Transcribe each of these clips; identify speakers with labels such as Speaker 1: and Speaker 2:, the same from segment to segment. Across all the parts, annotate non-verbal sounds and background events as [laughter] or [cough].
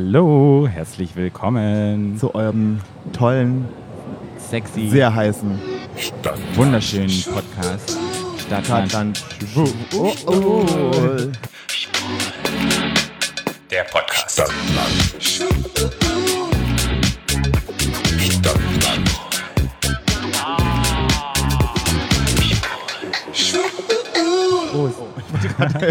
Speaker 1: Hallo, herzlich willkommen.
Speaker 2: zu eurem tollen,
Speaker 1: Sexy,
Speaker 2: sehr heißen
Speaker 1: wunderschönen Podcast. Stadtland.
Speaker 2: Tatland. Oh, oh, oh.
Speaker 3: Der Podcast.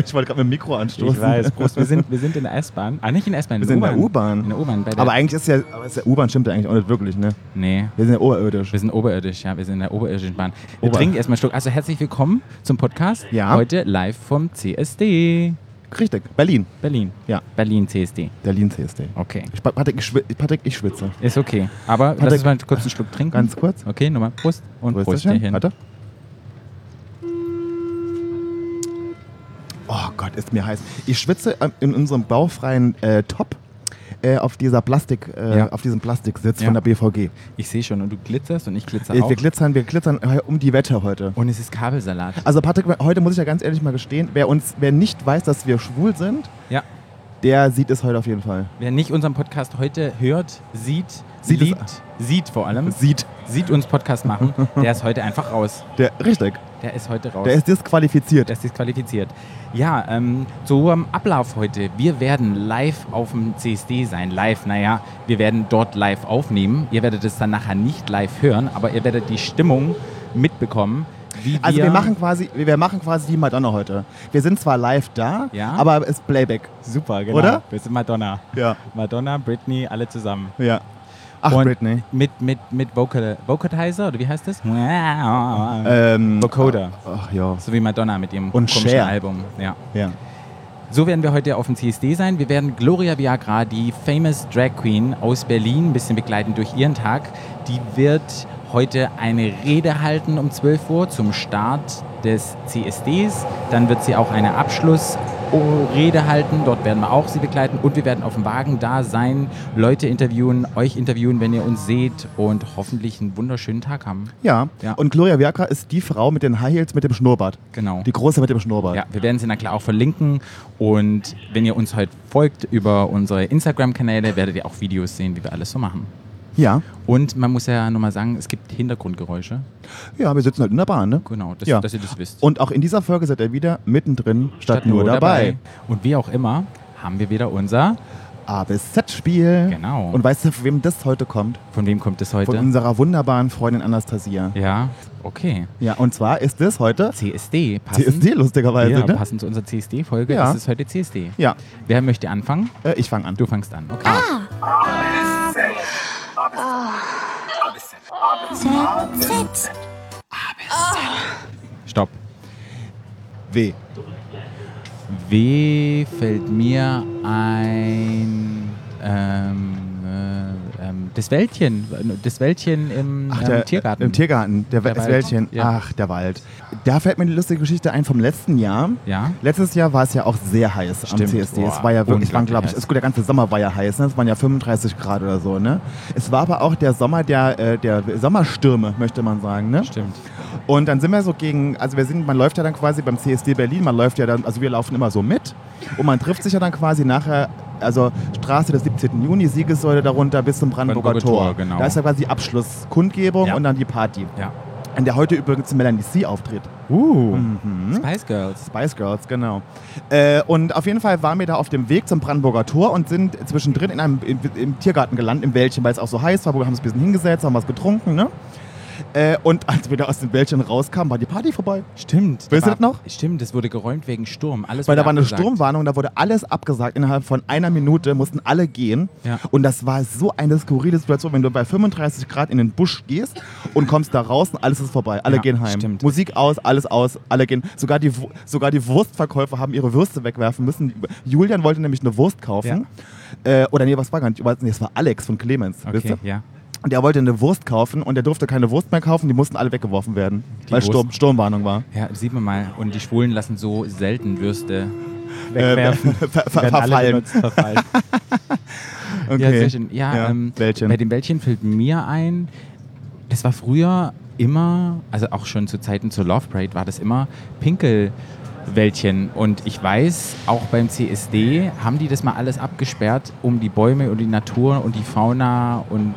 Speaker 2: Ich wollte gerade mit dem Mikro anstoßen.
Speaker 1: Ich weiß, Prost, wir sind, wir sind in der S-Bahn. Ah, nicht in der S-Bahn,
Speaker 2: Wir sind in der U-Bahn.
Speaker 1: In der U-Bahn. bei der-
Speaker 2: Aber eigentlich ist ja, aber ist ja U-Bahn stimmt ja eigentlich auch nicht wirklich, ne?
Speaker 1: Nee,
Speaker 2: Wir sind ja oberirdisch.
Speaker 1: wir sind oberirdisch, ja, wir sind in der oberirdischen Bahn. Wir
Speaker 2: Ober-
Speaker 1: trinken erstmal einen Schluck. Also herzlich willkommen zum Podcast.
Speaker 2: Ja.
Speaker 1: Heute live vom CSD
Speaker 2: Richtig, Berlin.
Speaker 1: Berlin.
Speaker 2: Ja.
Speaker 1: Berlin CSD.
Speaker 2: Berlin CSD.
Speaker 1: Okay.
Speaker 2: Ich, Patrick, ich, schwi- Patrick, ich schwitze.
Speaker 1: Ist okay. Aber
Speaker 2: Hat
Speaker 1: lass
Speaker 2: er-
Speaker 1: uns mal kurz einen Schluck trinken.
Speaker 2: Ganz kurz.
Speaker 1: Okay, nochmal Prost und
Speaker 2: Prösterchen.
Speaker 1: Prostchen.
Speaker 2: Warte. Oh Gott, ist mir heiß. Ich schwitze ähm, in unserem baufreien äh, Top äh, auf dieser Plastik, äh,
Speaker 1: Ja.
Speaker 2: auf diesem Plastiksitz
Speaker 1: Ja.
Speaker 2: von der BVG.
Speaker 1: Ich sehe schon, und du glitzerst und ich glitzer
Speaker 2: Äh,
Speaker 1: auch.
Speaker 2: wir glitzern, wir glitzern äh, um die Wette heute.
Speaker 1: und es ist Kabelsalat.
Speaker 2: Also Patrick, heute muss ich ja ganz ehrlich mal gestehen, wer uns, wer nicht weiß, dass wir schwul sind,
Speaker 1: Ja.
Speaker 2: der sieht es heute auf jeden Fall.
Speaker 1: Wer nicht unseren Podcast heute hört, sieht,
Speaker 2: Sieht es-
Speaker 1: liebt, sieht vor allem,
Speaker 2: Sieht.
Speaker 1: sieht uns
Speaker 2: [laughs]
Speaker 1: Podcast machen, der ist heute einfach raus.
Speaker 2: Der, richtig.
Speaker 1: Der ist heute raus.
Speaker 2: Der ist disqualifiziert.
Speaker 1: Der ist disqualifiziert. Ja, ähm, zu am Ablauf heute. Wir werden live auf dem CSD sein. Live, naja, wir werden dort live aufnehmen. Ihr werdet es dann nachher nicht live hören, aber ihr werdet die Stimmung mitbekommen, wie
Speaker 2: Also
Speaker 1: wir,
Speaker 2: wir machen quasi, wir machen quasi die Madonna heute. Wir sind zwar live da,
Speaker 1: Ja.
Speaker 2: aber es ist Playback.
Speaker 1: Super, genau.
Speaker 2: Oder?
Speaker 1: Wir sind Madonna.
Speaker 2: Ja.
Speaker 1: Madonna, Britney, alle zusammen.
Speaker 2: Ja. Ach,
Speaker 1: Und
Speaker 2: Britney.
Speaker 1: Mit, mit, mit Vocal, Vocalizer, oder wie heißt das?
Speaker 2: Ähm,
Speaker 1: Vocoder.
Speaker 2: Ach ja.
Speaker 1: So wie Madonna mit ihrem
Speaker 2: Und
Speaker 1: komischen
Speaker 2: Cher.
Speaker 1: Album. Ja.
Speaker 2: Ja.
Speaker 1: So werden wir heute auf dem CSD sein. Wir werden Gloria Viagra, die famous Drag Queen aus Berlin, ein bisschen begleiten durch ihren Tag. Die wird heute eine Rede halten um 12 Uhr zum Start des CSDs. Dann wird sie auch eine Abschlussrede halten. Dort werden wir auch sie begleiten. Und wir werden auf dem Wagen da sein, Leute interviewen, euch interviewen, wenn ihr uns seht und hoffentlich einen wunderschönen Tag haben.
Speaker 2: Ja.
Speaker 1: Ja.
Speaker 2: Und Gloria Viagra ist die Frau mit den High Heels mit dem Schnurrbart.
Speaker 1: Genau.
Speaker 2: Die große mit dem Schnurrbart.
Speaker 1: Ja, wir werden sie dann klar auch verlinken. Und wenn ihr uns heute folgt über unsere Instagram-Kanäle, werdet ihr auch Videos sehen, wie wir alles so machen.
Speaker 2: Ja.
Speaker 1: Und man muss ja nochmal sagen, es gibt Hintergrundgeräusche.
Speaker 2: Ja, wir sitzen halt in der Bahn, ne?
Speaker 1: Genau, das,
Speaker 2: Ja.
Speaker 1: dass ihr das wisst.
Speaker 2: Und auch in dieser Folge seid ihr wieder mittendrin, statt, nur dabei.
Speaker 1: Und wie auch immer, haben wir wieder unser.
Speaker 2: A bis Z-Spiel.
Speaker 1: Genau.
Speaker 2: Und weißt du, von wem das heute kommt?
Speaker 1: Von wem kommt das
Speaker 2: Von
Speaker 1: heute?
Speaker 2: unserer wunderbaren Freundin Anastasia.
Speaker 1: Ja, okay.
Speaker 2: Ja, und zwar ist das heute [laughs]
Speaker 1: CSD. Passend,
Speaker 2: CSD, lustigerweise.
Speaker 1: ja,
Speaker 2: ne?
Speaker 1: passend zu unserer CSD-Folge
Speaker 2: Ja.
Speaker 1: ist es heute CSD.
Speaker 2: ja.
Speaker 1: Wer möchte anfangen?
Speaker 2: Äh, ich fange an.
Speaker 1: Du fangst an. Okay. Ah. Stopp.
Speaker 2: W.
Speaker 1: W fällt mir ein. Ähm, äh, ähm, das Wäldchen. Das Wäldchen im
Speaker 2: Ach,
Speaker 1: ähm,
Speaker 2: der, äh,
Speaker 1: Tiergarten.
Speaker 2: Im Tiergarten, der,
Speaker 1: Der
Speaker 2: das
Speaker 1: Wald.
Speaker 2: Wäldchen.
Speaker 1: Ja.
Speaker 2: Ach, der Wald. Da fällt mir eine lustige Geschichte ein vom letzten Jahr.
Speaker 1: Ja.
Speaker 2: Letztes Jahr war es ja auch sehr heiß am
Speaker 1: Stimmt.
Speaker 2: CSD.
Speaker 1: Boah,
Speaker 2: es war ja wirklich, waren,
Speaker 1: unglaublich
Speaker 2: glaube ich,
Speaker 1: heiß.
Speaker 2: es- gut, der ganze Sommer war ja heiß. Ne? Es waren ja 35 Grad oder so. Ne? Es war aber auch der Sommer der, äh, der Sommerstürme, möchte man sagen. Ne?
Speaker 1: Stimmt.
Speaker 2: Und dann sind wir so gegen, also wir sind, man läuft ja dann quasi beim CSD Berlin, man läuft ja dann, also wir laufen immer so mit und man trifft sich ja dann quasi nachher, also Straße des 17. Juni, Siegessäule darunter bis zum Brandenburger,
Speaker 1: Brandenburger
Speaker 2: Tor.
Speaker 1: Tor, genau.
Speaker 2: Da ist ja quasi die Abschlusskundgebung
Speaker 1: Ja.
Speaker 2: und dann die Party.
Speaker 1: Ja.
Speaker 2: An der heute übrigens Melanie C. auftritt.
Speaker 1: Uh.
Speaker 2: Hm?
Speaker 1: Spice Girls.
Speaker 2: Spice Girls, genau. Äh, und auf jeden Fall waren wir da auf dem Weg zum Brandenburger Tor und sind zwischendrin in einem, im, im Tiergarten gelandet, im Wäldchen, weil es auch so heiß war, wo wir haben uns ein bisschen hingesetzt, haben was getrunken, ne? Äh, und als wir da aus dem Wäldchen rauskamen, war die Party vorbei. Weißt
Speaker 1: Stimmt.
Speaker 2: du
Speaker 1: war-
Speaker 2: das noch?
Speaker 1: Stimmt, das wurde geräumt wegen Sturm. Alles
Speaker 2: Weil da
Speaker 1: wurde
Speaker 2: war eine
Speaker 1: abgesagt.
Speaker 2: Sturmwarnung, da wurde alles abgesagt. Innerhalb von einer Minute mussten alle gehen.
Speaker 1: Ja.
Speaker 2: Und das war so eine skurrile Situation, wenn du bei 35 Grad in den Busch gehst und kommst da raus und alles ist vorbei. Alle
Speaker 1: Ja,
Speaker 2: gehen heim.
Speaker 1: stimmt.
Speaker 2: Musik aus, alles aus, alle gehen. Sogar die, Wu- sogar die Wurstverkäufer haben ihre Würste wegwerfen müssen. Julian wollte nämlich eine Wurst kaufen. Äh, oder nee, was war gar nicht? Nee, es war Alex von Clemens. wisst
Speaker 1: Okay,
Speaker 2: ihr?
Speaker 1: ja.
Speaker 2: Und der wollte eine Wurst kaufen und der durfte keine Wurst mehr kaufen. Die mussten alle weggeworfen werden,
Speaker 1: Die
Speaker 2: weil
Speaker 1: Wurst-
Speaker 2: Sturm, Sturmwarnung war.
Speaker 1: Ja, sieht man mal. Und die Schwulen lassen so selten Würste wegwerfen.
Speaker 2: Äh, [laughs] ver
Speaker 1: Die
Speaker 2: ver
Speaker 1: werden alle
Speaker 2: verfallen.
Speaker 1: benutzt, verfallen.
Speaker 2: [laughs] Okay.
Speaker 1: Ja, sehr schön. Ja, Ähm,
Speaker 2: Wäldchen.
Speaker 1: bei dem Wäldchen fällt mir ein, das war früher immer, also auch schon zu Zeiten zur Love Parade war das immer Pinkel. Wäldchen. Und ich weiß, auch beim CSD haben die das mal alles abgesperrt, um die Bäume und die Natur und die Fauna und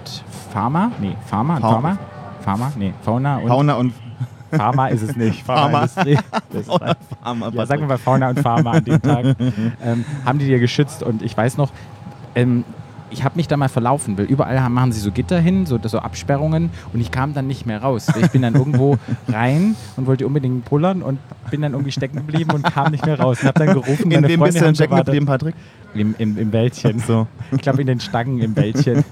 Speaker 1: Pharma? Nee, Pharma und
Speaker 2: Faun-
Speaker 1: Pharma? Pharma? Nee, Fauna und
Speaker 2: Fauna [laughs] und
Speaker 1: Pharma ist es
Speaker 2: [laughs]
Speaker 1: nicht.
Speaker 2: Pharma.
Speaker 1: ist nicht. Das war-
Speaker 2: Farmer.
Speaker 1: ja, sagen wir mal Fauna und Pharma an dem [laughs] Tag. ähm, haben die dir geschützt und ich weiß noch, ähm, ich habe mich da mal verlaufen, weil überall haben- machen sie so Gitter hin, so, so Absperrungen und ich kam dann nicht mehr raus. Ich bin dann irgendwo [laughs] rein und wollte unbedingt pullern und bin dann irgendwie stecken geblieben und kam nicht mehr raus. Und habe dann gerufen,
Speaker 2: in
Speaker 1: meine
Speaker 2: wem
Speaker 1: Freunde
Speaker 2: bist du denn
Speaker 1: haben
Speaker 2: stecken
Speaker 1: gewartet.
Speaker 2: geblieben, Patrick?
Speaker 1: Im, im, im Wäldchen.
Speaker 2: So.
Speaker 1: Ich glaube, in den Stangen im Wäldchen.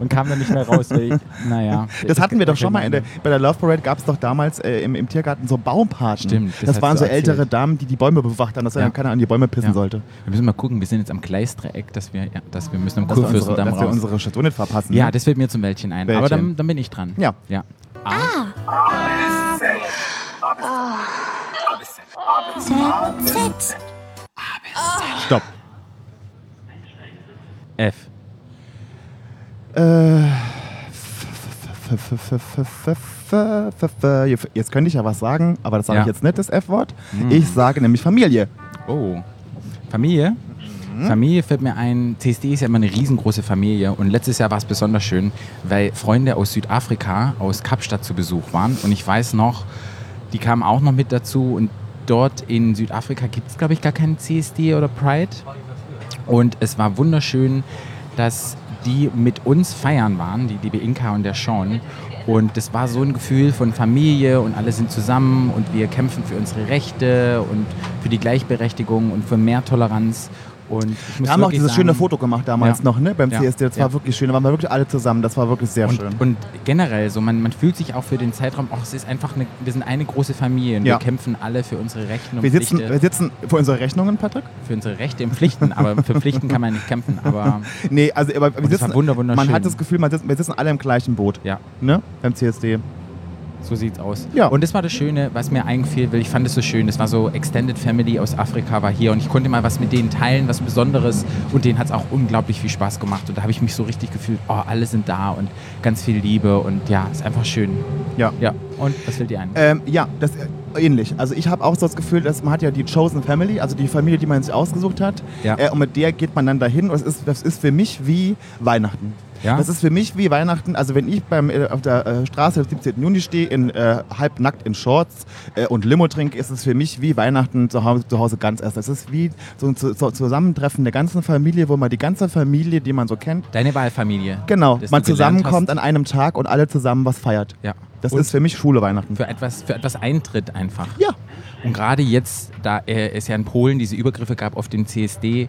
Speaker 1: Und kam dann nicht mehr raus. Weil ich, naja.
Speaker 2: Das hatten wir doch schon mal. In der,
Speaker 1: Ende.
Speaker 2: bei der Love Parade gab es doch damals äh, im, im Tiergarten so Baumpaten.
Speaker 1: Stimmt, das
Speaker 2: Das,
Speaker 1: hast
Speaker 2: waren
Speaker 1: du
Speaker 2: so ältere
Speaker 1: erzählt.
Speaker 2: Damen, die die Bäume bewacht haben, dass
Speaker 1: Ja.
Speaker 2: dann keiner an die Bäume pissen
Speaker 1: Ja.
Speaker 2: sollte.
Speaker 1: Wir müssen mal gucken, wir sind jetzt am Gleisdreieck, dass wir, ja, dass wir müssen am
Speaker 2: Dass wir unsere,
Speaker 1: Kurfürstendamm
Speaker 2: dass wir
Speaker 1: raus.
Speaker 2: unsere Statur nicht verpassen.
Speaker 1: Ja,
Speaker 2: ne?
Speaker 1: das fällt mir zum Wäldchen ein. Aber
Speaker 2: Wäldchen.
Speaker 1: dann, dann bin ich dran.
Speaker 2: Ja.
Speaker 1: ja.
Speaker 3: Z.
Speaker 2: Stopp.
Speaker 1: F.
Speaker 2: F- f- f- f- f- f- f- Jetzt könnte ich ja was sagen, aber das sage
Speaker 1: Ja. Hm.
Speaker 2: ich jetzt nicht, das F-Wort. Ich sage nämlich Familie.
Speaker 1: Oh. Familie?
Speaker 2: Mhm.
Speaker 1: Familie fällt mir ein. CSD ist ja immer eine riesengroße Familie und letztes Jahr war es besonders schön, weil Freunde aus Südafrika, aus Kapstadt zu Besuch waren und ich weiß noch, die kamen auch noch mit dazu und dort in Südafrika gibt es, glaube ich, gar keinen CSD oder Pride. Und es war wunderschön, dass die mit uns feiern waren, die liebe Inka und der Sean. Und das war so ein Gefühl von Familie und alle sind zusammen und wir kämpfen für unsere Rechte und für die Gleichberechtigung und für mehr Toleranz. Und ich muss
Speaker 2: Wir haben auch
Speaker 1: wirklich
Speaker 2: dieses schöne
Speaker 1: sagen-
Speaker 2: Foto gemacht damals
Speaker 1: Ja.
Speaker 2: noch, ne? Beim
Speaker 1: Ja.
Speaker 2: CSD. Das war
Speaker 1: Ja.
Speaker 2: wirklich schön. Da waren wir wirklich alle zusammen. Das war wirklich sehr
Speaker 1: Und,
Speaker 2: schön.
Speaker 1: und generell, so man, man fühlt sich auch für den Zeitraum, auch es ist einfach eine, wir sind eine große Familie und
Speaker 2: Ja.
Speaker 1: wir kämpfen alle für unsere Rechten und
Speaker 2: wir, sitzen,
Speaker 1: Pflichten,
Speaker 2: wir sitzen vor unsere Rechnungen, Patrick?
Speaker 1: für unsere Rechte und Pflichten, aber für Pflichten kann man nicht kämpfen,
Speaker 2: [laughs]
Speaker 1: aber
Speaker 2: Nee, also aber wir
Speaker 1: das
Speaker 2: sitzen,
Speaker 1: war wunder- wunderschön.
Speaker 2: man hat das Gefühl, man sitzt, wir sitzen alle im gleichen Boot,
Speaker 1: ja.
Speaker 2: ne? Beim CSD.
Speaker 1: So sieht's aus.
Speaker 2: Ja.
Speaker 1: Und das war das Schöne, was mir eingefiel, weil ich fand es so schön. Das war so Extended Family aus Afrika war hier und ich konnte mal was mit denen teilen, was Besonderes. Und denen hat's auch unglaublich viel Spaß gemacht. Und da habe ich mich so richtig gefühlt, oh, alle sind da und ganz viel Liebe und ja, ist einfach schön.
Speaker 2: Ja.
Speaker 1: Ja. Und was fällt dir ein?
Speaker 2: Ähm, ja, das äh, ähnlich. Also ich habe auch so das Gefühl, dass man hat ja die Chosen Family, also die Familie, die man sich ausgesucht hat.
Speaker 1: Ja.
Speaker 2: Äh, und mit der geht man dann dahin. Und das ist, das ist für mich wie Weihnachten.
Speaker 1: Ja?
Speaker 2: Das ist für mich wie Weihnachten. Also wenn ich beim, äh, auf der äh, Straße am 17. Juni stehe, in, äh, halbnackt in Shorts äh, und Limo trinke, ist es für mich wie Weihnachten zu Hause, zu Hause ganz erst. Es ist wie so ein Zu- Zu- Zusammentreffen der ganzen Familie, wo man die ganze Familie, die man so kennt,
Speaker 1: Deine Wahlfamilie.
Speaker 2: genau,
Speaker 1: das
Speaker 2: man
Speaker 1: du gelernt
Speaker 2: zusammenkommt an einem Tag und alle zusammen was feiert.
Speaker 1: Hast. Ja.
Speaker 2: Das
Speaker 1: und
Speaker 2: ist für mich schwule Weihnachten.
Speaker 1: für etwas, für etwas Eintritt einfach.
Speaker 2: Ja.
Speaker 1: Und gerade jetzt, da äh, es ja in Polen diese Übergriffe gab auf dem CSD,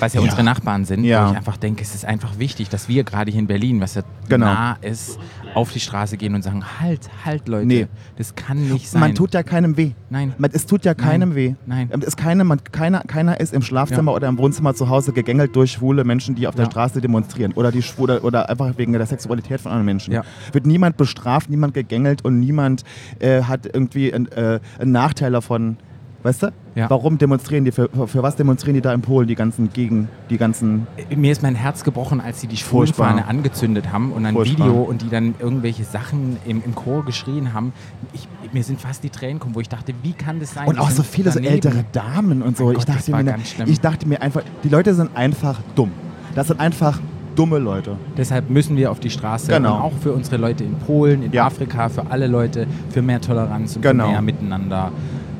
Speaker 1: was ja, unsere Nachbarn sind,
Speaker 2: Ja.
Speaker 1: wo ich einfach denke, es ist einfach wichtig, dass wir gerade hier in Berlin, was ja
Speaker 2: Genau.
Speaker 1: nah ist, auf die Straße gehen und sagen, halt, halt Leute,
Speaker 2: Nee.
Speaker 1: das kann nicht sein.
Speaker 2: Man tut ja keinem weh.
Speaker 1: Nein.
Speaker 2: Man, es tut ja keinem weh. Ähm,
Speaker 1: Nein.
Speaker 2: Es ist keine, man, keiner, keiner ist im Schlafzimmer
Speaker 1: Ja.
Speaker 2: oder im Wohnzimmer zu Hause gegängelt durch schwule Menschen, die auf der
Speaker 1: Ja.
Speaker 2: Straße demonstrieren. Oder, die schwule, oder, oder einfach wegen der Sexualität von anderen Menschen.
Speaker 1: Ja.
Speaker 2: Wird niemand bestraft, niemand gegängelt und niemand äh, hat irgendwie einen, äh, einen Nachteil davon. Weißt du?
Speaker 1: Ja.
Speaker 2: Warum demonstrieren die? Für, für was demonstrieren die da in Polen, die ganzen Gegen, die ganzen.
Speaker 1: Mir ist mein Herz gebrochen, als sie die Schwulenfahne
Speaker 2: Furchtbar.
Speaker 1: angezündet haben und ein
Speaker 2: Furchtbar.
Speaker 1: Video und die dann irgendwelche Sachen im, im Chor geschrien haben. Ich, mir sind fast die Tränen gekommen, wo ich dachte, wie kann das sein?
Speaker 2: Und auch
Speaker 1: Wir
Speaker 2: so
Speaker 1: sind
Speaker 2: viele so
Speaker 1: daneben.
Speaker 2: ältere Damen und so.
Speaker 1: Mein
Speaker 2: ich,
Speaker 1: Gott, das
Speaker 2: dachte
Speaker 1: war
Speaker 2: mir,
Speaker 1: ganz schlimm.
Speaker 2: ich dachte mir einfach, die Leute sind einfach dumm. Das sind einfach dumme Leute.
Speaker 1: Deshalb müssen wir auf die Straße.
Speaker 2: Genau.
Speaker 1: Und auch für unsere Leute in Polen, in
Speaker 2: Ja.
Speaker 1: Afrika, für alle Leute, für mehr Toleranz und
Speaker 2: Genau.
Speaker 1: für mehr miteinander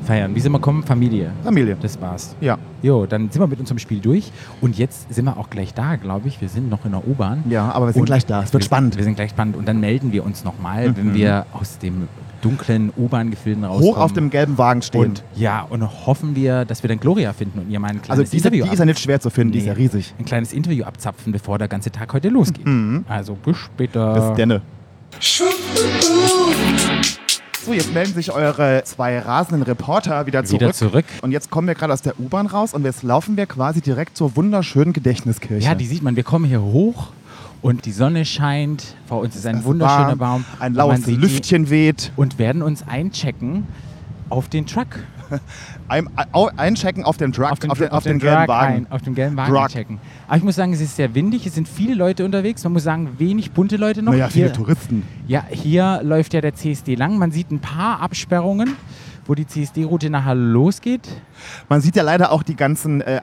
Speaker 1: feiern. Wie sind wir kommen? Familie.
Speaker 2: Familie.
Speaker 1: Das war's.
Speaker 2: Ja.
Speaker 1: Jo, dann sind wir mit unserem Spiel durch. Und jetzt sind wir auch gleich da, glaube ich. Wir sind noch in der U-Bahn.
Speaker 2: Ja, aber wir sind
Speaker 1: Und
Speaker 2: gleich da. Es wird
Speaker 1: wir-
Speaker 2: spannend. Mhm.
Speaker 1: Wir sind gleich spannend. Und dann melden wir uns nochmal, wenn wir aus dem dunklen U-Bahn-Gefilden rauskommen.
Speaker 2: Hoch auf dem gelben Wagen stehend.
Speaker 1: und, Ja, und hoffen wir, dass wir dann Gloria finden und ihr mal ein kleines
Speaker 2: Also die, ist- die
Speaker 1: Interview
Speaker 2: ist ja nicht schwer zu finden, die ist ja
Speaker 1: Nee.
Speaker 2: riesig. Mhm.
Speaker 1: ein kleines Interview abzapfen, bevor der ganze Tag heute losgeht. Also bis später.
Speaker 2: Das ist Denne. So, jetzt melden sich eure zwei rasenden Reporter wieder zurück.
Speaker 1: Wieder zurück.
Speaker 2: Und jetzt kommen wir gerade aus der U-Bahn raus und jetzt laufen wir quasi direkt zur wunderschönen Gedächtniskirche.
Speaker 1: Ja, die sieht man. Wir kommen hier hoch und die Sonne scheint. Vor uns ist ein
Speaker 2: Es ist
Speaker 1: wunderschöner
Speaker 2: warm,
Speaker 1: Baum.
Speaker 2: Ein
Speaker 1: Und man
Speaker 2: laues
Speaker 1: sieht die-
Speaker 2: Lüftchen weht.
Speaker 1: Und werden uns einchecken auf den Truck.
Speaker 2: Ein, au- einchecken auf den Truck, auf den, auf den,
Speaker 1: Truck,
Speaker 2: gelben
Speaker 1: Truck
Speaker 2: Wagen.
Speaker 1: Ein, auf den gelben Wagen
Speaker 2: Truck.
Speaker 1: einchecken. Aber ich muss sagen, es ist sehr windig. Es sind viele Leute unterwegs. Man muss sagen, wenig bunte Leute noch.
Speaker 2: Naja, viele
Speaker 1: Hier-
Speaker 2: Touristen.
Speaker 1: Ja, hier läuft ja der CSD lang. Man sieht ein paar Absperrungen wo die CSD-Route nachher losgeht.
Speaker 2: Man sieht ja leider auch die ganzen äh,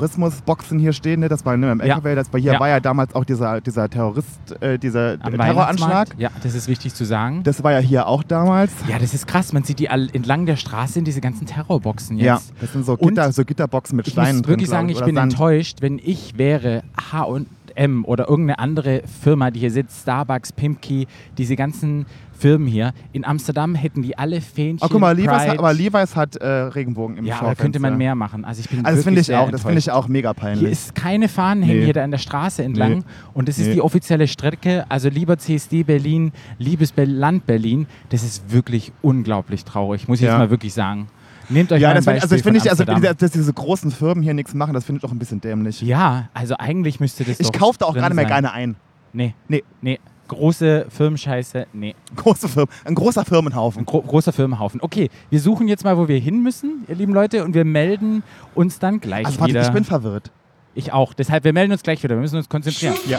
Speaker 2: Antiterrorismus-Boxen hier stehen. Ne? Das war ne, im
Speaker 1: Ja.
Speaker 2: LKW, das war hier
Speaker 1: Ja.
Speaker 2: war ja damals auch dieser, dieser Terrorist, äh, dieser
Speaker 1: Am
Speaker 2: Terroranschlag.
Speaker 1: Weihnachtsmarkt. Ja, das ist wichtig zu sagen.
Speaker 2: Das war ja hier auch damals.
Speaker 1: ja, das ist krass. Man sieht die all entlang der Straße in diese ganzen Terrorboxen jetzt.
Speaker 2: Ja, das sind so,
Speaker 1: Und
Speaker 2: Gitter, so Gitterboxen mit
Speaker 1: Ich
Speaker 2: Steinen
Speaker 1: muss
Speaker 2: drin.
Speaker 1: wirklich sagen,
Speaker 2: glaub
Speaker 1: ich bin
Speaker 2: oder Sand.
Speaker 1: enttäuscht, wenn ich wäre H&M oder irgendeine andere Firma, die hier sitzt, Starbucks, Pimki, diese ganzen Firmen hier. In Amsterdam hätten die alle Fähnchen.
Speaker 2: Oh, guck mal, Levi's hat,
Speaker 1: Pride.
Speaker 2: aber Levi's hat äh, Regenbogen im
Speaker 1: ja,
Speaker 2: Schaufenster.
Speaker 1: da könnte man mehr machen. Also ich bin
Speaker 2: Also das finde
Speaker 1: wirklich
Speaker 2: ich
Speaker 1: sehr
Speaker 2: auch, das finde ich
Speaker 1: enttäuscht.
Speaker 2: auch mega
Speaker 1: Hier
Speaker 2: peinlich.
Speaker 1: ist keine Fahnen hängen
Speaker 2: Nee.
Speaker 1: hier da an der Straße entlang
Speaker 2: Nee.
Speaker 1: und das ist
Speaker 2: Nee.
Speaker 1: die offizielle Strecke. Also lieber CSD Berlin, liebes Be- Land Berlin, das ist wirklich unglaublich traurig, muss ich
Speaker 2: Ja.
Speaker 1: jetzt mal wirklich sagen. Nehmt euch
Speaker 2: Ja,
Speaker 1: mal ein
Speaker 2: das finde
Speaker 1: Beispiel
Speaker 2: also ich finde
Speaker 1: von
Speaker 2: ich, also
Speaker 1: Amsterdam.
Speaker 2: diese- dass diese großen Firmen hier nichts machen, das finde ich doch ein bisschen dämlich.
Speaker 1: Ja, also eigentlich müsste das
Speaker 2: ich
Speaker 1: doch
Speaker 2: kaufe da auch
Speaker 1: drin
Speaker 2: gerade mehr
Speaker 1: sein.
Speaker 2: gerne ein.
Speaker 1: Nee.
Speaker 2: Nee.
Speaker 1: Nee. Große Firmenscheiße, nee.
Speaker 2: Große Firmen, ein großer
Speaker 1: Ein
Speaker 2: Firmenhaufen.
Speaker 1: gro großer Firmenhaufen. Okay, wir suchen jetzt mal, wo wir hin müssen, ihr lieben Leute, und wir melden uns dann gleich
Speaker 2: Also Patrick,
Speaker 1: wieder.
Speaker 2: ich bin verwirrt.
Speaker 1: Ich auch. Deshalb, wir melden uns gleich wieder. Wir müssen uns konzentrieren.
Speaker 2: Ja.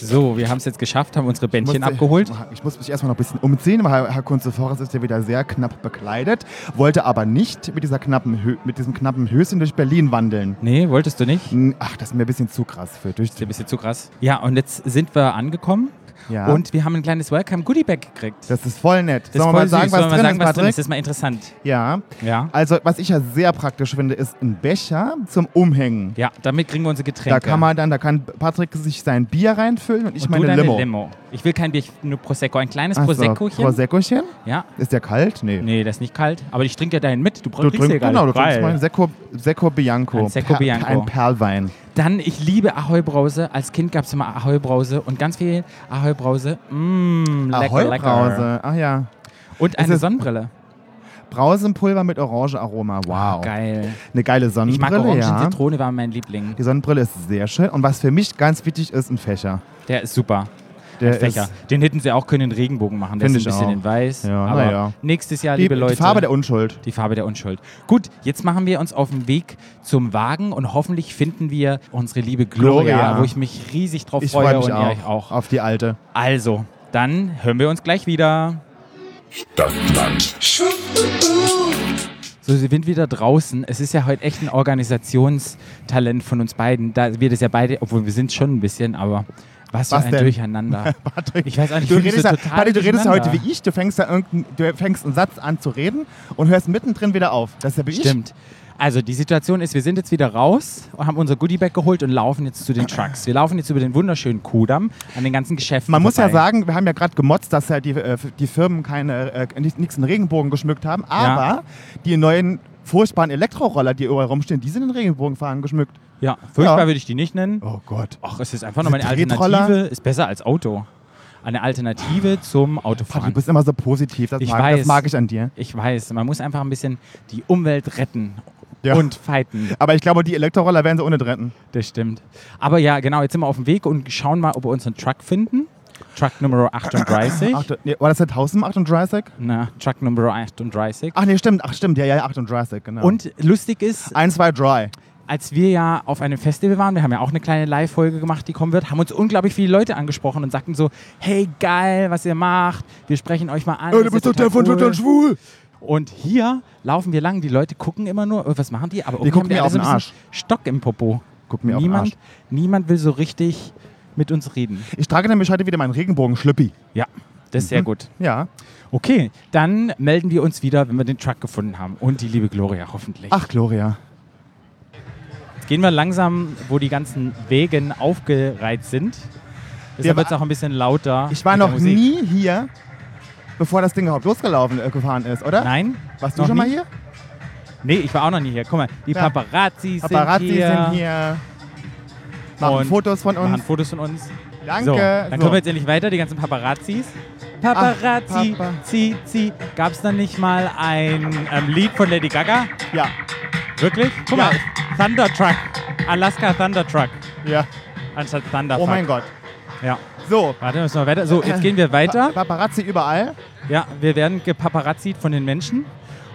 Speaker 1: So, wir haben es jetzt geschafft, haben unsere Bändchen
Speaker 2: Musste-
Speaker 1: abgeholt.
Speaker 2: Ich muss mich erstmal noch ein bisschen umziehen, weil Herr- Herr Kunze Forrest ist ja wieder sehr knapp bekleidet, wollte aber nicht mit, dieser knappen, Hö- mit diesem knappen Höschen durch Berlin wandeln.
Speaker 1: Nee, wolltest du nicht?
Speaker 2: Hm, Ach, das ist mir ein bisschen zu krass für. Durch
Speaker 1: Ist ja ein bisschen zu krass. Ja, und jetzt sind wir angekommen
Speaker 2: Ja.
Speaker 1: und wir haben ein kleines Welcome-Goodie-Bag gekriegt.
Speaker 2: das ist voll nett.
Speaker 1: Das ist
Speaker 2: Sollen wir
Speaker 1: voll
Speaker 2: mal sagen,
Speaker 1: süß.
Speaker 2: was
Speaker 1: Sollen wir
Speaker 2: drin
Speaker 1: sagen,
Speaker 2: ist,
Speaker 1: was drin
Speaker 2: Patrick?
Speaker 1: ist? Das ist mal interessant.
Speaker 2: Ja.
Speaker 1: Ja.
Speaker 2: Also, was ich ja sehr praktisch finde, ist ein Becher zum Umhängen.
Speaker 1: Ja, damit kriegen wir unsere Getränke.
Speaker 2: Da kann man dann, da kann Patrick sich sein Bier reinfüllen und ich
Speaker 1: und du
Speaker 2: meine
Speaker 1: deine
Speaker 2: Limo.
Speaker 1: Ich will kein Bier, ich- nur Prosecco. Ein kleines
Speaker 2: Ach so,
Speaker 1: Proseccochen.
Speaker 2: Proseccochen?
Speaker 1: ja,
Speaker 2: Ist der kalt? Nee.
Speaker 1: Nee, das ist nicht kalt. Aber ich trinke ja dahin mit. Du,
Speaker 2: Du
Speaker 1: brauchst
Speaker 2: trinkst,
Speaker 1: trinkst ja gar
Speaker 2: genau, du
Speaker 1: nicht.
Speaker 2: trinkst
Speaker 1: Geil.
Speaker 2: mal einen Secco, Secco Bianco.
Speaker 1: Ein Secco Bianco.
Speaker 2: Ein Perlwein.
Speaker 1: Dann, ich liebe Ahoi-Brause. Als Kind gab es immer Ahoi-Brause und ganz viel Ahoi-Brause. Mmm, lecker, lecker.
Speaker 2: Ahoi-Brause. Ach ja.
Speaker 1: Und
Speaker 2: Ist Genau.
Speaker 1: eine
Speaker 2: es-
Speaker 1: Sonnenbrille.
Speaker 2: Brausenpulver mit Orangenaroma. Wow.
Speaker 1: Geil.
Speaker 2: Eine geile
Speaker 1: Ich mag
Speaker 2: Sonnenbrille,
Speaker 1: Orangen,
Speaker 2: ja.
Speaker 1: Zitrone war mein Liebling.
Speaker 2: Die Sonnenbrille ist sehr schön. Und was für mich ganz wichtig ist, ein Fächer.
Speaker 1: Der ist super.
Speaker 2: Der
Speaker 1: Fächer. Den hätten sie auch können in Regenbogen machen. Der
Speaker 2: Find
Speaker 1: ist ein
Speaker 2: ich
Speaker 1: bisschen
Speaker 2: auch.
Speaker 1: in weiß.
Speaker 2: Ja,
Speaker 1: aber
Speaker 2: na ja.
Speaker 1: nächstes Jahr,
Speaker 2: Die,
Speaker 1: liebe Leute.
Speaker 2: die Farbe der Unschuld.
Speaker 1: Die Farbe der Unschuld. Gut, jetzt machen wir uns auf den Weg zum Wagen und hoffentlich finden wir unsere liebe Gloria,
Speaker 2: Gloria.
Speaker 1: wo ich mich riesig drauf
Speaker 2: Ich
Speaker 1: freue
Speaker 2: freue mich
Speaker 1: und ihr euch
Speaker 2: auch,
Speaker 1: auch.
Speaker 2: auf die alte.
Speaker 1: Also, dann hören wir uns gleich wieder. So, sie sind wieder draußen. Es ist ja heute echt ein Organisationstalent von uns beiden. Da wir das ja beide, obwohl wir sind schon ein bisschen, aber was,
Speaker 2: Was
Speaker 1: für ein
Speaker 2: denn? [laughs]
Speaker 1: Durcheinander.
Speaker 2: Patrick,
Speaker 1: Ich weiß auch nicht,
Speaker 2: du
Speaker 1: ich fühl mich
Speaker 2: redest,
Speaker 1: so
Speaker 2: ja,
Speaker 1: total
Speaker 2: Patrick, du redest ja heute
Speaker 1: durcheinander.
Speaker 2: wie ich. Du fängst, da irgendein, du fängst einen Satz an zu reden und hörst mittendrin wieder auf. Das ist ja wie ich.
Speaker 1: Stimmt. Also die Situation ist, wir sind jetzt wieder raus und haben unser Goodiebag geholt und laufen jetzt zu den Trucks. Wir laufen jetzt über den wunderschönen Kudamm an den ganzen Geschäften.
Speaker 2: Man muss ja
Speaker 1: vorbei.
Speaker 2: sagen, wir haben ja gerade gemotzt, dass ja die, äh, die Firmen keine äh, nichts nichts in Regenbogen geschmückt haben, aber die neuen furchtbaren Elektroroller, die überall rumstehen, die sind in Regenbogen fahren geschmückt.
Speaker 1: Ja, furchtbar
Speaker 2: Ja.
Speaker 1: würde ich die nicht nennen.
Speaker 2: Oh Gott.
Speaker 1: Ach, es ist einfach nochmal eine
Speaker 2: Diese Drehtroller?
Speaker 1: Alternative. Ist besser als Auto. Eine
Speaker 2: Ah.
Speaker 1: Alternative zum
Speaker 2: Patrick, du
Speaker 1: Autofahren.
Speaker 2: bist immer so positiv, das,
Speaker 1: Ich
Speaker 2: mag,
Speaker 1: weiß.
Speaker 2: das mag ich an dir.
Speaker 1: Ich weiß, man muss einfach ein bisschen die Umwelt retten
Speaker 2: Ja.
Speaker 1: und fighten.
Speaker 2: Aber ich glaube, die Elektroroller werden sie ohne retten.
Speaker 1: Das stimmt. Aber ja, genau, jetzt sind wir auf dem Weg und schauen mal, ob wir unseren Truck finden. Truck Nummer 38.
Speaker 2: Ach, nee, war das der 1038?
Speaker 1: Na, Truck Nummer 38.
Speaker 2: Ach nee, stimmt, ach stimmt, ja, ja, 38, genau.
Speaker 1: Und lustig ist,
Speaker 2: 1, 2, dry.
Speaker 1: als wir ja auf einem Festival waren, wir haben ja auch eine kleine Live-Folge gemacht, die kommen wird, haben uns unglaublich viele Leute angesprochen und sagten so, hey, geil, was ihr macht, wir sprechen euch mal an.
Speaker 2: Äh,
Speaker 1: ist ja total cool.
Speaker 2: Schwul.
Speaker 1: Und hier laufen wir lang, die Leute gucken immer nur, oh, was machen die? Aber irgendwie
Speaker 2: gucken
Speaker 1: haben die
Speaker 2: mir
Speaker 1: alle
Speaker 2: auf
Speaker 1: so
Speaker 2: den
Speaker 1: ein
Speaker 2: Arsch.
Speaker 1: bisschen Stock im Popo.
Speaker 2: Guck mir auf den
Speaker 1: niemand,
Speaker 2: Arsch.
Speaker 1: niemand will so richtig mit uns reden.
Speaker 2: Ich trage nämlich heute wieder meinen Regenbogen-Schlüppi.
Speaker 1: Ja, das ist sehr gut.
Speaker 2: Ja.
Speaker 1: Mhm. Okay, dann melden wir uns wieder, wenn wir den Truck gefunden haben. Und die liebe Gloria hoffentlich.
Speaker 2: Ach, Gloria.
Speaker 1: Jetzt gehen wir langsam, wo die ganzen Wegen aufgereiht sind.
Speaker 2: Wir-
Speaker 1: Deshalb wird es auch ein bisschen lauter.
Speaker 2: Ich war
Speaker 1: mit der
Speaker 2: noch
Speaker 1: Musik.
Speaker 2: nie hier, bevor das Ding überhaupt losgelaufen äh, gefahren ist, oder?
Speaker 1: Nein?
Speaker 2: Warst du
Speaker 1: noch
Speaker 2: schon mal
Speaker 1: nie?
Speaker 2: hier?
Speaker 1: Nee, ich war auch noch nie hier. Guck mal, die
Speaker 2: Ja.
Speaker 1: Paparazzi,
Speaker 2: Paparazzi
Speaker 1: sind hier.
Speaker 2: sind hier. Machen
Speaker 1: Und
Speaker 2: Fotos von
Speaker 1: Machen
Speaker 2: uns.
Speaker 1: Fotos von uns.
Speaker 2: Danke.
Speaker 1: So, dann
Speaker 2: So.
Speaker 1: kommen wir jetzt endlich weiter, die ganzen Paparazzis. Paparazzi,
Speaker 2: Ach, Papa.
Speaker 1: zi, zi. Gab es dann nicht mal ein ähm, Lied von Lady Gaga?
Speaker 2: Ja,
Speaker 1: Wirklich? Guck
Speaker 2: Ja.
Speaker 1: mal, Thunder Truck. Alaska Thunder Truck.
Speaker 2: ja.
Speaker 1: Anstatt Thunder
Speaker 2: Oh
Speaker 1: Ah, Fuck.
Speaker 2: mein Äh, Gott.
Speaker 1: Ja.
Speaker 2: So.
Speaker 1: Warte, müssen wir weiter. So, jetzt gehen wir
Speaker 2: Pa-
Speaker 1: weiter.
Speaker 2: Paparazzi überall.
Speaker 1: Ja, wir werden gepaparazzit von den Menschen.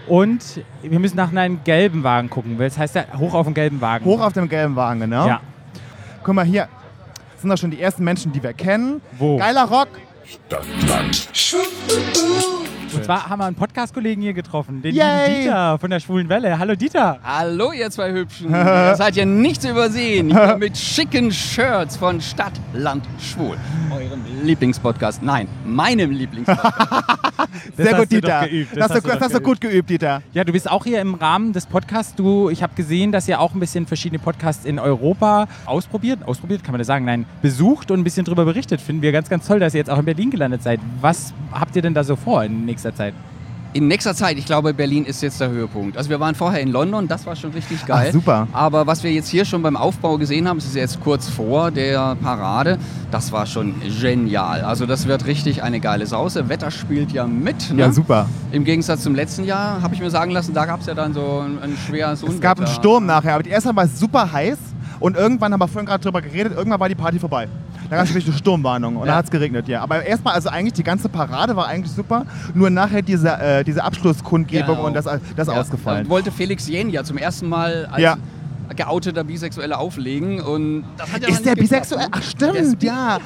Speaker 1: Und wir müssen nach einem gelben Wagen gucken. weil Das heißt ja, hoch auf den gelben Wagen.
Speaker 2: Hoch auf dem gelben Wagen, genau.
Speaker 1: Ja.
Speaker 2: Guck mal hier. Das sind doch schon die ersten Menschen, die wir kennen.
Speaker 1: Wo?
Speaker 2: Geiler Rock.
Speaker 1: Und zwar haben wir einen Podcast-Kollegen hier getroffen, den
Speaker 2: Yay!
Speaker 1: lieben Dieter von der Schwulen Welle. Hallo Dieter.
Speaker 3: Hallo, ihr zwei
Speaker 2: [laughs]
Speaker 3: Hübschen. Das seid ihr nicht zu übersehen. Hier mit schicken Shirts von Stadt, Land, Schwul. Eurem Lieblingspodcast. Nein, meinem Lieblingspodcast.
Speaker 1: Das
Speaker 2: Sehr
Speaker 1: hast
Speaker 2: gut,
Speaker 1: du doch
Speaker 2: Dieter.
Speaker 1: geübt.
Speaker 2: Das, hast du,
Speaker 1: doch
Speaker 2: das hast du gut
Speaker 1: geübt.
Speaker 2: geübt, Dieter.
Speaker 1: Ja, du bist auch hier im Rahmen des Podcasts. Du, ich habe gesehen, dass ihr auch ein bisschen verschiedene Podcasts in Europa ausprobiert, ausprobiert kann man das sagen, nein, besucht und ein bisschen drüber berichtet. Finden wir ganz, ganz toll, dass ihr jetzt auch in Berlin gelandet seid. Was habt ihr denn da so vor in nächster Zeit?
Speaker 3: In nächster Zeit, ich glaube, Berlin ist jetzt der Höhepunkt. Also wir waren vorher in London, das war schon richtig geil.
Speaker 2: Ach, super.
Speaker 3: Aber was wir jetzt hier schon beim Aufbau gesehen haben, es ist jetzt kurz vor der Parade, das war schon genial. Also das wird richtig eine geile Sause. Wetter spielt ja mit. Ne?
Speaker 2: Ja, super.
Speaker 3: Im Gegensatz zum letzten Jahr habe ich mir sagen lassen, da gab es ja dann so ein, ein schweres
Speaker 2: Es gab einen
Speaker 3: Unwetter.
Speaker 2: Sturm nachher, aber die erste Mal war es super heiß und irgendwann haben wir vorhin gerade drüber geredet, irgendwann war die Party vorbei. Da gab es wirklich eine Sturmwarnung und da
Speaker 3: Ja.
Speaker 2: hat es geregnet, ja. Aber erstmal, also eigentlich die ganze Parade war eigentlich super, nur nachher diese, äh, diese Abschlusskundgebung
Speaker 3: Genau.
Speaker 2: und das, äh, das
Speaker 3: Ja, Äh,
Speaker 2: ausgefallen.
Speaker 3: Da wollte Felix Jähn ja zum ersten Mal als
Speaker 2: Ja.
Speaker 3: geouteter Bisexueller auflegen und das hat ja
Speaker 2: Ist
Speaker 3: dann
Speaker 2: der
Speaker 3: nicht geklappt,
Speaker 2: bisexuell?
Speaker 3: ne?
Speaker 2: Ach
Speaker 3: Der ist
Speaker 2: stimmt,
Speaker 3: bi-
Speaker 2: ja.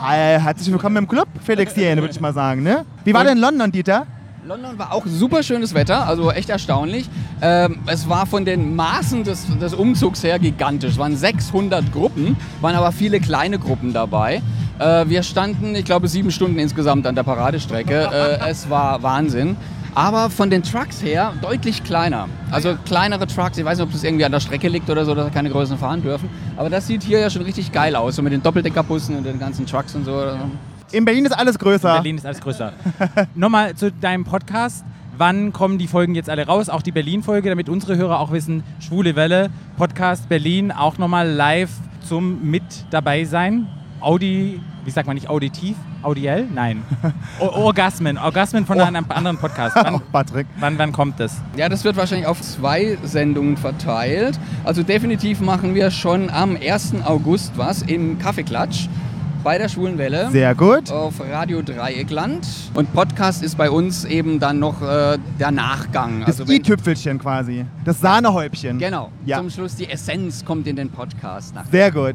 Speaker 2: Hi, Herzlich willkommen im Club,
Speaker 3: [laughs]
Speaker 2: Felix Jähne, würde ich mal sagen, ne? Wie war
Speaker 3: Und-
Speaker 2: denn London, Dieter?
Speaker 3: London war auch super schönes Wetter, also echt erstaunlich. Ähm, es war von den Maßen des, des Umzugs her gigantisch. Es waren 600 Gruppen, waren aber viele kleine Gruppen dabei. Äh, wir standen, ich glaube, sieben Stunden insgesamt an der Paradestrecke. äh, es war Wahnsinn. Aber von den Trucks her deutlich kleiner. Also kleinere Trucks, ich weiß nicht, ob das irgendwie an der Strecke liegt oder so, dass keine Größen fahren dürfen. Aber das sieht hier ja schon richtig geil aus, so mit den Doppeldeckerbussen und den ganzen Trucks und so.
Speaker 2: In Berlin ist alles
Speaker 1: In
Speaker 2: größer.
Speaker 1: Berlin ist alles größer. Nochmal zu deinem Podcast. Wann kommen die Folgen jetzt alle raus? Auch die Berlin-Folge, damit unsere Hörer auch wissen, Schwule Welle, Podcast Berlin, auch nochmal live zum Mit dabei sein. Audi, wie sagt man nicht, auditiv? Audiell? Nein. O Orgasmen, Orgasmen von einem anderen Podcast.
Speaker 2: [laughs]
Speaker 1: Wann,
Speaker 2: Oh, Patrick.
Speaker 1: wann, wann kommt das?
Speaker 3: Ja, das wird wahrscheinlich auf zwei Sendungen verteilt. Also definitiv machen wir schon am 1. August was im Kaffeeklatsch bei der Schwulen Welle
Speaker 2: Sehr gut.
Speaker 3: auf Radio Dreieckland. Und Podcast ist bei uns eben dann noch äh, der Nachgang. Also
Speaker 2: Das
Speaker 3: wenn-
Speaker 2: i-Tüpfelchen quasi. Das Sahnehäubchen.
Speaker 3: genau,
Speaker 2: E Ja.
Speaker 3: zum Schluss die Essenz kommt in den Podcast. Nach.
Speaker 2: Sehr gut.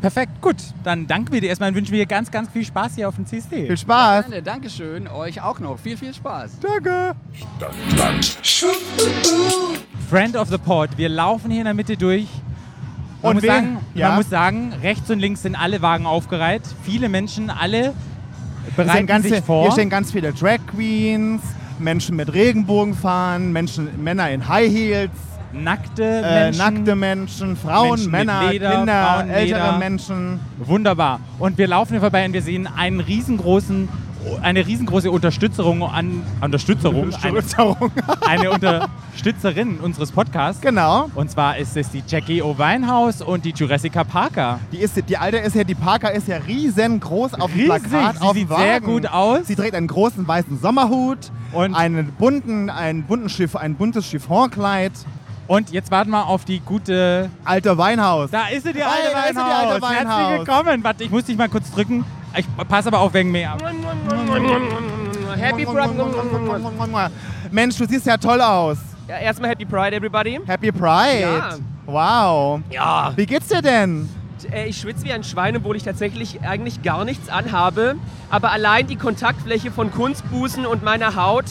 Speaker 1: Perfekt, gut. Dann danken wir dir erstmal und wünschen wir dir ganz, ganz viel Spaß hier auf dem CSD.
Speaker 2: Viel Spaß.
Speaker 3: Gerne, Dankeschön, euch auch noch. Viel, viel Spaß.
Speaker 2: Danke.
Speaker 1: Friend of the Port. Wir laufen hier in der Mitte durch. Man,
Speaker 2: Und
Speaker 1: muss,
Speaker 2: wen-
Speaker 1: sagen,
Speaker 2: ja.
Speaker 1: man muss sagen, rechts und links sind alle Wagen aufgereiht. Viele Menschen, alle
Speaker 2: Hier stehen
Speaker 1: bereiten
Speaker 2: ganz,
Speaker 1: sich
Speaker 2: Hier
Speaker 1: vor.
Speaker 2: stehen ganz viele Drag Queens, Menschen mit Regenbogenfahren, Menschen, Männer in High Heels,
Speaker 1: Nackte
Speaker 2: äh,
Speaker 1: Menschen.
Speaker 2: nackte Menschen, Frauen,
Speaker 1: Menschen mit
Speaker 2: Männer,
Speaker 1: Leder,
Speaker 2: Kinder,
Speaker 1: Frauen,
Speaker 2: ältere
Speaker 1: Leder.
Speaker 2: Menschen.
Speaker 1: Wunderbar. Und wir laufen hier vorbei und wir sehen einen riesengroßen, eine riesengroße Unterstützerung an Unterstützerung, eine,
Speaker 2: Stolzerung.
Speaker 1: eine Unterstützerin unseres
Speaker 2: [laughs]
Speaker 1: Podcasts.
Speaker 2: genau.
Speaker 1: Und zwar ist es die Jackie O. Winehouse und die Jurassica Parker.
Speaker 2: Die, ist, die alte ist ja, die Parker ist ja riesengroß auf dem
Speaker 1: Riesig.
Speaker 2: Plakat.
Speaker 1: Sie
Speaker 2: auf dem
Speaker 1: sieht sehr
Speaker 2: Wagen.
Speaker 1: gut aus.
Speaker 2: Sie trägt einen großen weißen Sommerhut
Speaker 1: Und-
Speaker 2: einen bunten, einen bunten Schiff, ein buntes Chiffonkleid.
Speaker 1: Und jetzt warten wir auf die gute
Speaker 2: Alter Weinhaus.
Speaker 1: Da ist sie, die
Speaker 2: Da
Speaker 1: alte
Speaker 2: ist sie, die
Speaker 1: Weinhaus.
Speaker 2: alte Weinhaus.
Speaker 1: Herzlich willkommen. Warte, ich muss dich mal kurz drücken. Ich pass aber auf wegen mir ab.
Speaker 4: Happy Pride.
Speaker 2: Mensch, du siehst ja toll aus.
Speaker 4: Ja, erstmal Happy Pride, everybody.
Speaker 2: Happy Pride.
Speaker 4: Ja.
Speaker 2: Wow.
Speaker 4: Ja.
Speaker 2: Wie geht's dir denn?
Speaker 4: Äh, Ich schwitze wie ein Schwein, obwohl ich tatsächlich eigentlich gar nichts anhabe. Aber allein die Kontaktfläche von Kunstbußen und meiner Haut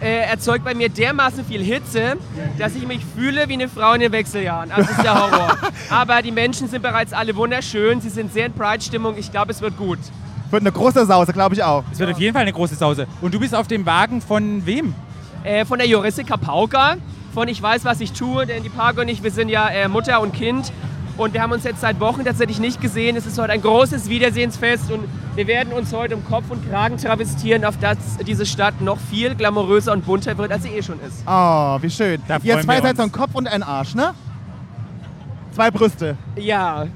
Speaker 4: äh, erzeugt bei mir dermaßen viel Hitze, dass ich mich fühle wie eine Frau in den Wechseljahren. Also das ist der Horror. Aber die Menschen sind bereits alle wunderschön. Sie sind sehr in Pride-Stimmung. Ich glaube, es wird gut.
Speaker 2: Wird eine große Sause, glaube ich auch.
Speaker 1: Es wird auf jeden Fall eine große Sause. Und du bist auf dem Wagen von wem?
Speaker 4: Äh, von der Jurissika Pauker, von Ich weiß, was ich tue, denn die Parker und ich, wir sind ja äh, Mutter und Kind und wir haben uns jetzt seit Wochen tatsächlich nicht gesehen. Es ist heute ein großes Wiedersehensfest und wir werden uns heute um Kopf und Kragen travestieren, auf das diese Stadt noch viel glamouröser und bunter wird, als sie eh schon ist.
Speaker 2: Oh, wie schön.
Speaker 1: Da
Speaker 2: Ihr
Speaker 1: freuen
Speaker 2: zwei
Speaker 1: wir
Speaker 2: seid so ein
Speaker 1: uns.
Speaker 2: Kopf und ein Arsch, ne? Zwei Brüste.
Speaker 4: Ja,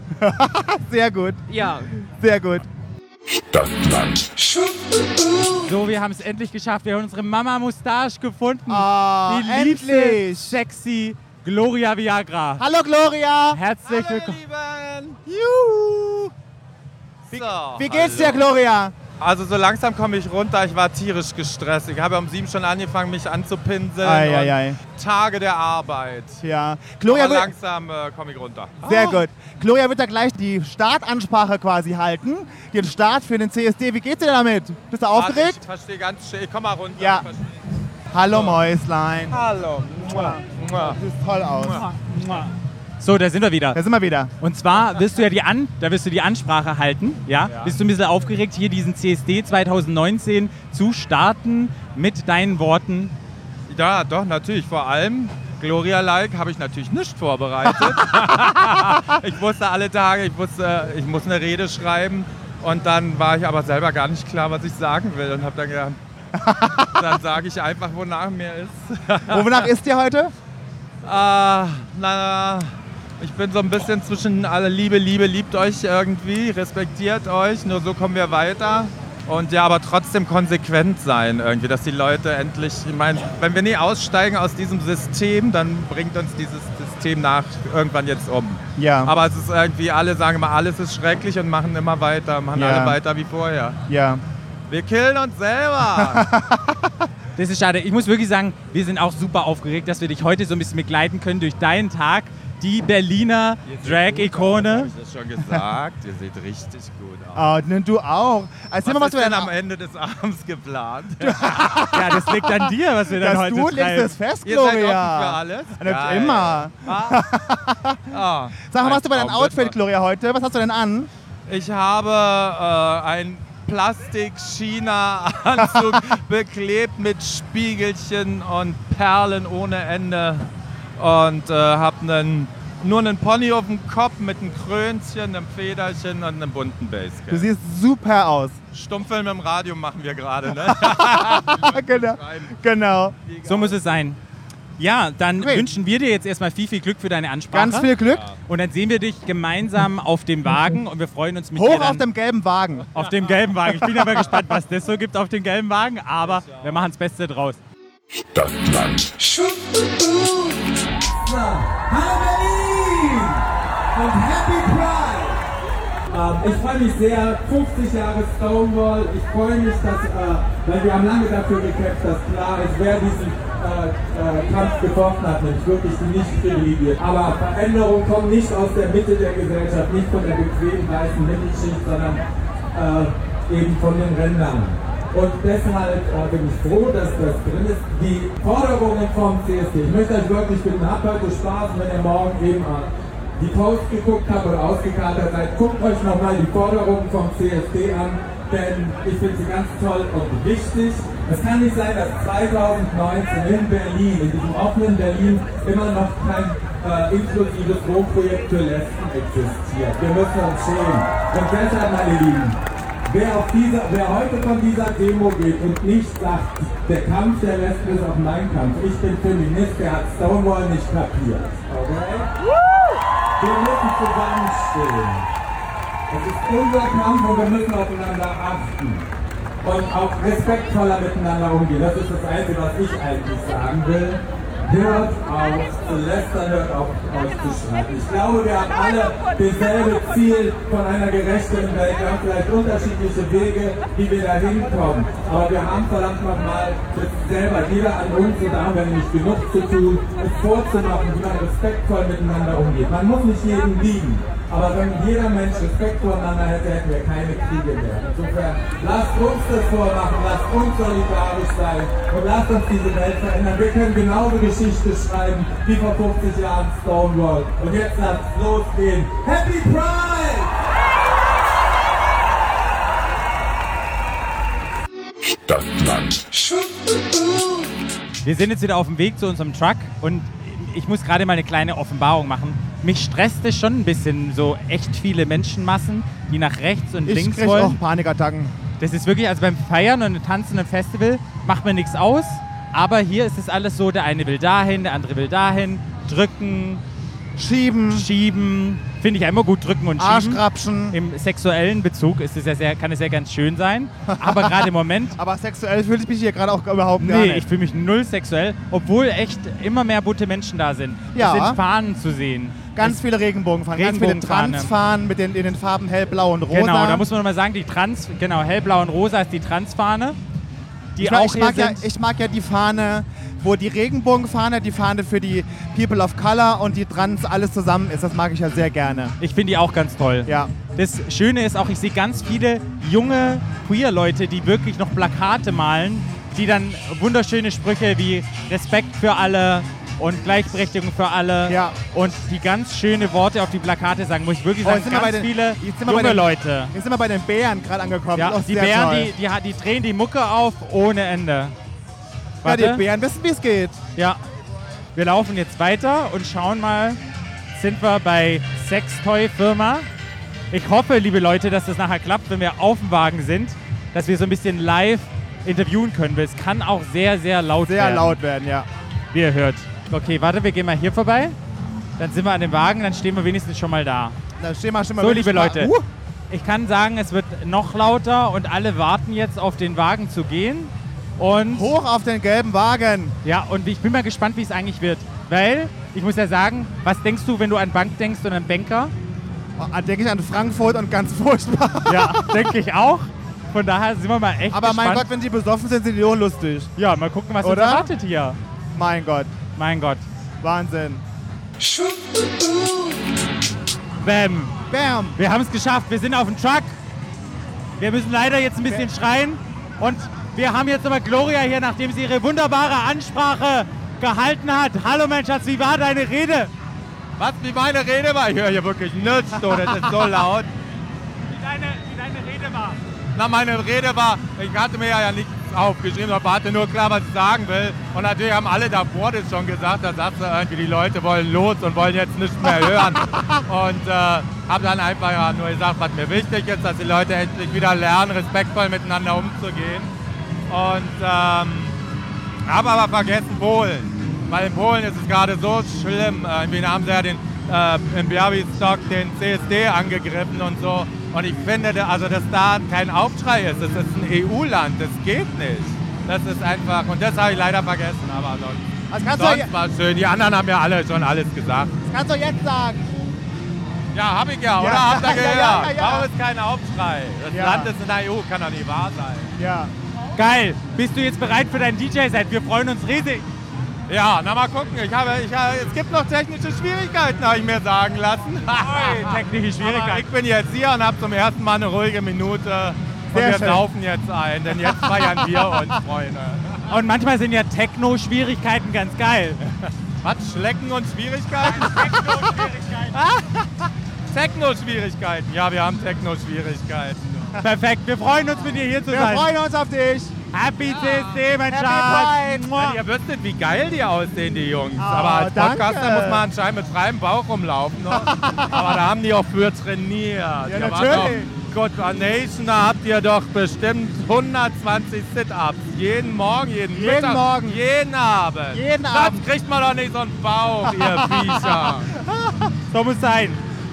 Speaker 2: Sehr gut,
Speaker 4: ja.
Speaker 2: sehr gut.
Speaker 1: So, wir haben es endlich geschafft. Wir haben unsere Mama Moustache gefunden.
Speaker 2: Ah,
Speaker 1: die liebste,
Speaker 2: endlich.
Speaker 1: sexy Gloria Viagra.
Speaker 2: Hallo Gloria.
Speaker 1: Herzlich willkommen.
Speaker 2: Juhu. Wie, wie geht's dir, Gloria?
Speaker 5: Also so langsam komme ich runter. Ich war tierisch gestresst. Ich habe um sieben schon angefangen, mich anzupinseln.
Speaker 2: Ei,
Speaker 5: und
Speaker 2: ei, ei. Oh,
Speaker 5: Tage der Arbeit.
Speaker 2: Ja. Gloria
Speaker 5: Aber
Speaker 2: wird,
Speaker 5: langsam äh, komme ich runter.
Speaker 2: sehr gut. Gloria wird da gleich die Startansprache quasi halten. Den Start für den CSD. Wie geht's dir damit? Bist du
Speaker 5: Warte,
Speaker 2: aufgeregt?
Speaker 5: Ich verstehe ganz schön. Ich komme mal runter.
Speaker 2: Ja.
Speaker 5: Ich verstehe.
Speaker 2: Hallo Mäuslein.
Speaker 5: Hallo. Mua, mua.
Speaker 2: Sieht toll aus.
Speaker 1: So, da sind wir wieder.
Speaker 2: Da sind wir wieder.
Speaker 1: Und zwar wirst du ja die an, da wirst du die Ansprache halten, ja? Bist du ein bisschen aufgeregt, hier diesen CSD 2019 zu starten mit deinen Worten?
Speaker 5: Ja, doch, natürlich. Vor allem Gloria Like habe ich natürlich nicht vorbereitet. ich wusste alle Tage, ich wusste, ich muss eine Rede schreiben. Und dann war ich aber selber gar nicht klar, was ich sagen will. Und habe dann gedacht, dann sage ich einfach, wonach mir ist.
Speaker 2: Wonach ist dir heute?
Speaker 5: Ah, na, ich bin so ein bisschen zwischen alle Liebe, Liebe liebt euch irgendwie, respektiert euch, nur so kommen wir weiter. Und ja, aber trotzdem konsequent sein irgendwie, dass die Leute endlich, ich meine, wenn wir nie aussteigen aus diesem System, dann bringt uns dieses System nach irgendwann jetzt um.
Speaker 2: Ja.
Speaker 5: Aber es ist irgendwie, alle sagen immer, alles ist schrecklich und machen immer weiter, machen
Speaker 2: Ja.
Speaker 5: alle weiter wie vorher.
Speaker 2: ja.
Speaker 5: Wir killen uns selber.
Speaker 2: [laughs]
Speaker 1: Das ist schade. Ich muss wirklich sagen, wir sind auch super aufgeregt, dass wir dich heute so ein bisschen begleiten können durch deinen Tag. Die Berliner
Speaker 2: Ne?
Speaker 5: Habe
Speaker 1: Drag-Ikone.
Speaker 5: ich das schon gesagt? Ihr seht richtig gut aus.
Speaker 2: Ah, ne, du auch. Erzähl mal,
Speaker 5: Was ist
Speaker 2: was du denn
Speaker 5: denn am Ende des Abends geplant?
Speaker 1: Ja, das liegt an dir, was wir dann
Speaker 2: Dass
Speaker 1: heute
Speaker 2: du legst
Speaker 1: treiben.
Speaker 2: das fest,
Speaker 5: Ihr seid offen für
Speaker 2: Gloria.
Speaker 5: alles?
Speaker 2: Na,
Speaker 5: Geil.
Speaker 2: Immer.
Speaker 5: Ah. Ah.
Speaker 2: Sag mal, was du bei deinem
Speaker 5: Traum wird
Speaker 2: Outfit,
Speaker 5: wahr.
Speaker 2: Gloria, heute? Was hast du denn an?
Speaker 5: Ich habe äh, ein
Speaker 2: [laughs]
Speaker 5: Plastik-China-Anzug beklebt mit Spiegelchen und Perlen ohne Ende und äh, habe einen, nur einen Pony auf dem Kopf mit einem Krönchen, einem Federchen und einem bunten
Speaker 2: Du
Speaker 5: Basecap.
Speaker 2: siehst super aus.
Speaker 5: Stummfilm im Radio machen wir gerade,
Speaker 2: [laughs]
Speaker 5: ne?
Speaker 2: genau. genau.
Speaker 1: So muss es sein. Ja, dann
Speaker 2: Okay.
Speaker 1: wünschen wir dir jetzt erstmal viel, viel Glück für deine Ansprache.
Speaker 2: Ganz viel Glück.
Speaker 1: Und dann sehen wir dich gemeinsam auf dem Wagen und wir freuen uns mit dir
Speaker 2: Hoch
Speaker 1: dann
Speaker 2: auf dem gelben Wagen.
Speaker 1: auf dem gelben Wagen. Ich bin aber gespannt, was das so gibt auf dem gelben Wagen, aber wir machen das Beste draus.
Speaker 6: Ähm, ich freue mich sehr, 50 Jahre Stonewall. Ich freue mich, dass, äh, weil wir haben lange dafür gekämpft, dass klar ist, wer diesen äh, äh, Kampf gefochten hat, nämlich wirklich die nicht privilegiert. Aber Veränderungen kommen nicht aus der Mitte der Gesellschaft, nicht von der bequemen weißen Mittelschicht, sondern äh, eben von den Rändern. Und deshalb äh, bin ich froh, dass das drin ist. Die Forderungen vom CSD. Ich möchte euch wirklich bitten, habt heute Spaß, wenn ihr morgen eben äh, die Post geguckt habt oder ausgekatert seid, guckt euch nochmal die Forderungen vom CSD an, denn ich finde sie ganz toll und wichtig. Es kann nicht sein, dass 2019 in Berlin, in diesem offenen Berlin, immer noch kein äh, inklusives Wohnprojekt für Lesben existiert. Wir müssen uns schämen. Und deshalb, meine Lieben, Wer, auf dieser, wer heute von dieser Demo geht und nicht sagt, der Kampf der Lesben ist auch mein Kampf, ich bin Feminist, der hat Stonewall nicht kapiert. Okay? Wir müssen zusammenstehen. Es ist unser Kampf und wir müssen aufeinander achten. Und auch respektvoller miteinander umgehen. Das ist das Einzige, was ich eigentlich sagen will. Hört auf zu lästern, hört auf euch zu schreiben. Ich glaube, wir haben alle dasselbe Ziel von einer gerechten Welt. Wir haben vielleicht unterschiedliche Wege, wie wir da hinkommen. Aber wir haben verdammt nochmal selber, jeder an uns, und da haben wir nämlich genug zu tun, es vorzumachen, wie man respektvoll miteinander umgeht. Man muss nicht jeden lieben. Aber wenn jeder Mensch Respekt voreinander hätte, hätten wir keine Kriege mehr. Insofern, lasst uns das vormachen, lasst uns solidarisch sein und lasst uns diese Welt verändern. Wir können genauso Geschichte schreiben wie vor 50 Jahren Stonewall. Und jetzt lasst losgehen. Happy Pride!
Speaker 1: Wir sind jetzt wieder auf dem Weg zu unserem Truck und ich muss gerade mal eine kleine Offenbarung machen. Mich stresst es schon ein bisschen, so echt viele Menschenmassen, die nach rechts und
Speaker 2: Ich
Speaker 1: links
Speaker 2: krieg
Speaker 1: wollen.
Speaker 2: auch Panikattacken.
Speaker 1: Das ist wirklich, also beim Feiern und Tanzen im Festival macht mir nichts aus, aber hier ist es alles so, der eine will dahin, der andere will dahin, drücken,
Speaker 2: Schieben.
Speaker 1: schieben, finde ich ja immer gut drücken und schieben.
Speaker 2: Arschkrapschen.
Speaker 1: Im sexuellen Bezug ist es ja sehr, kann es ja ganz schön sein. Aber gerade im Moment
Speaker 2: Aber sexuell fühle ich mich hier gerade auch überhaupt gar
Speaker 1: Nee, ich
Speaker 2: nicht.
Speaker 1: fühle mich null sexuell, obwohl echt immer mehr bunte Menschen da sind.
Speaker 2: Ja.
Speaker 1: Es sind Fahnen zu sehen.
Speaker 2: Ganz viele Regenbogenfahnen, ganz viele
Speaker 1: Regenbogenfahne.
Speaker 2: Transfahnen mit den, in den Farben hellblau und rosa.
Speaker 1: Genau, da muss man nochmal sagen, die Trans, genau, hellblau und rosa ist die Transfahne, die
Speaker 2: ich, mag-
Speaker 1: auch
Speaker 2: ich,
Speaker 1: hier
Speaker 2: mag ja,
Speaker 1: sind.
Speaker 2: ich mag ja die Fahne, wo die Regenbogenfahne, die Fahne für die People of Color und die Trans alles zusammen ist. Das mag ich ja sehr gerne.
Speaker 1: ich finde die auch ganz toll.
Speaker 2: Ja.
Speaker 1: Das Schöne ist auch, ich sehe ganz viele junge Queer-Leute, die wirklich noch Plakate malen, die dann wunderschöne Sprüche wie Respekt für alle und Gleichberechtigung für alle
Speaker 2: Ja.
Speaker 1: und die ganz schöne Worte auf die Plakate sagen, muss ich wirklich
Speaker 2: Oh,
Speaker 1: sagen,
Speaker 2: jetzt sind wir bei
Speaker 1: ganz
Speaker 2: den-
Speaker 1: viele
Speaker 2: jetzt sind wir bei
Speaker 1: junge
Speaker 2: den-
Speaker 1: Leute.
Speaker 2: Jetzt sind wir bei den Bären gerade angekommen.
Speaker 1: Ja,
Speaker 2: Auch
Speaker 1: die
Speaker 2: sehr
Speaker 1: Bären,
Speaker 2: toll.
Speaker 1: die, die, ha- die drehen die Mucke auf ohne Ende. Warte.
Speaker 2: Ja, die Bären wissen, wie es geht.
Speaker 1: Ja. Wir laufen jetzt weiter und schauen mal, sind wir bei Sextoy-Firma. Ich hoffe, liebe Leute, dass das nachher klappt, wenn wir auf dem Wagen sind, dass wir so ein bisschen live interviewen können, weil es kann auch sehr, sehr laut
Speaker 2: Sehr
Speaker 1: werden,
Speaker 2: laut werden, ja.
Speaker 1: wie ihr hört. Okay, warte, wir gehen mal hier vorbei. Dann sind wir an dem Wagen, dann stehen wir wenigstens schon mal da.
Speaker 2: Dann stehen wir schon mal
Speaker 1: So,
Speaker 2: wirklich
Speaker 1: liebe
Speaker 2: mal-
Speaker 1: Leute,
Speaker 2: Uh,
Speaker 1: ich kann sagen, es wird noch lauter und alle warten jetzt auf den Wagen zu gehen. Und
Speaker 2: hoch auf den gelben Wagen.
Speaker 1: ja, und ich bin mal gespannt, wie es eigentlich wird. Weil, ich muss ja sagen, was denkst du, wenn du an Bank denkst und an Banker?
Speaker 2: Oh, da denke ich an Frankfurt und ganz [laughs] furchtbar.
Speaker 1: Ja, [laughs] denke ich auch. Von daher sind wir mal echt
Speaker 2: Aber mein
Speaker 1: gespannt.
Speaker 2: Gott, wenn die besoffen sind, sind die auch lustig.
Speaker 1: ja, mal gucken, was
Speaker 2: Oder?
Speaker 1: uns erwartet hier.
Speaker 2: Mein Gott,
Speaker 1: Mein Gott.
Speaker 2: Wahnsinn.
Speaker 1: Bam.
Speaker 2: Bam.
Speaker 1: Wir haben es geschafft. Wir sind auf dem Truck. Wir müssen leider jetzt ein bisschen schreien. Und wir haben jetzt nochmal Gloria hier, nachdem sie ihre wunderbare Ansprache gehalten hat. Hallo, mein Schatz, wie war deine Rede?
Speaker 5: Was wie meine Rede war? Ich höre hier wirklich nichts, du, das ist so laut.
Speaker 1: Wie deine, wie deine Rede war.
Speaker 5: Na, meine Rede war, ich hatte mir ja nichts aufgeschrieben, aber hatte nur klar, was ich sagen will. Und natürlich haben alle davor das schon gesagt, da sagst du irgendwie, die Leute wollen los und wollen jetzt nichts mehr hören. und äh, habe dann einfach ja nur gesagt, was mir wichtig ist, dass die Leute endlich wieder lernen, respektvoll miteinander umzugehen. Und ähm, habe aber vergessen Polen. Weil in Polen ist es gerade so schlimm. Äh, In Wien haben sie ja den, äh, in Białystok den CSD angegriffen und so. Und ich finde, da- also, dass da kein Aufschrei ist. Das ist ein EU-Land. Das geht nicht. Das ist einfach. Und das habe ich leider vergessen. Aber sonst,
Speaker 2: Das kannst, du,
Speaker 5: sonst
Speaker 2: ja-
Speaker 5: war schön. Die anderen haben ja alle schon alles gesagt.
Speaker 2: das kannst du jetzt sagen.
Speaker 5: Ja, habe ich ja, oder?
Speaker 2: Ja,
Speaker 5: Habt ihr
Speaker 2: [laughs] ja,
Speaker 5: gehört?
Speaker 2: ja, ja, ja.
Speaker 5: Warum ist kein Aufschrei? Das
Speaker 2: Ja.
Speaker 5: Land ist in der EU. Kann doch nicht wahr sein.
Speaker 2: Ja.
Speaker 1: Geil. Bist du jetzt bereit für dein DJ-Set? Wir freuen uns riesig.
Speaker 5: Ja, na mal gucken. Ich habe, ich, habe- es gibt noch technische Schwierigkeiten, habe ich mir sagen lassen. [laughs]
Speaker 1: technische
Speaker 5: Aber
Speaker 1: Schwierigkeiten.
Speaker 5: Ich bin jetzt hier und habe zum ersten Mal eine ruhige Minute. Und
Speaker 2: Sehr
Speaker 5: wir
Speaker 2: schön.
Speaker 5: laufen jetzt ein, denn jetzt feiern
Speaker 1: [laughs]
Speaker 5: wir uns, Freunde.
Speaker 1: Und manchmal sind ja Techno-Schwierigkeiten ganz geil.
Speaker 5: Was? Schlecken und
Speaker 1: [laughs]
Speaker 5: Schwierigkeiten? [laughs] Techno-Schwierigkeiten. Ja, wir haben Techno-Schwierigkeiten.
Speaker 1: Perfekt. Wir freuen uns, mit dir hier zu
Speaker 2: Wir
Speaker 1: sein.
Speaker 2: freuen uns auf dich.
Speaker 1: Happy CSD, mein
Speaker 2: Happy
Speaker 1: Schatz.
Speaker 2: Pride.
Speaker 1: Mua.
Speaker 5: Wenn ihr wüsstet, wie geil die aussehen, die Jungs.
Speaker 2: Ah,
Speaker 5: Aber als
Speaker 2: danke.
Speaker 5: Podcaster muss man anscheinend mit freiem Bauch rumlaufen. Ne?
Speaker 2: [laughs]
Speaker 5: Aber da haben die auch für trainiert. Ja,
Speaker 2: natürlich.
Speaker 5: Gott, an Nation, da habt ihr doch bestimmt 120 Sit-Ups. Jeden Morgen, jeden,
Speaker 2: Jeden
Speaker 5: Mittag,
Speaker 2: Morgen.
Speaker 5: jeden Abend.
Speaker 2: Jeden
Speaker 5: Sonst
Speaker 2: Abend.
Speaker 5: kriegt man doch nicht so einen Bauch,
Speaker 2: [laughs]
Speaker 5: ihr Viecher.
Speaker 1: So muss sein.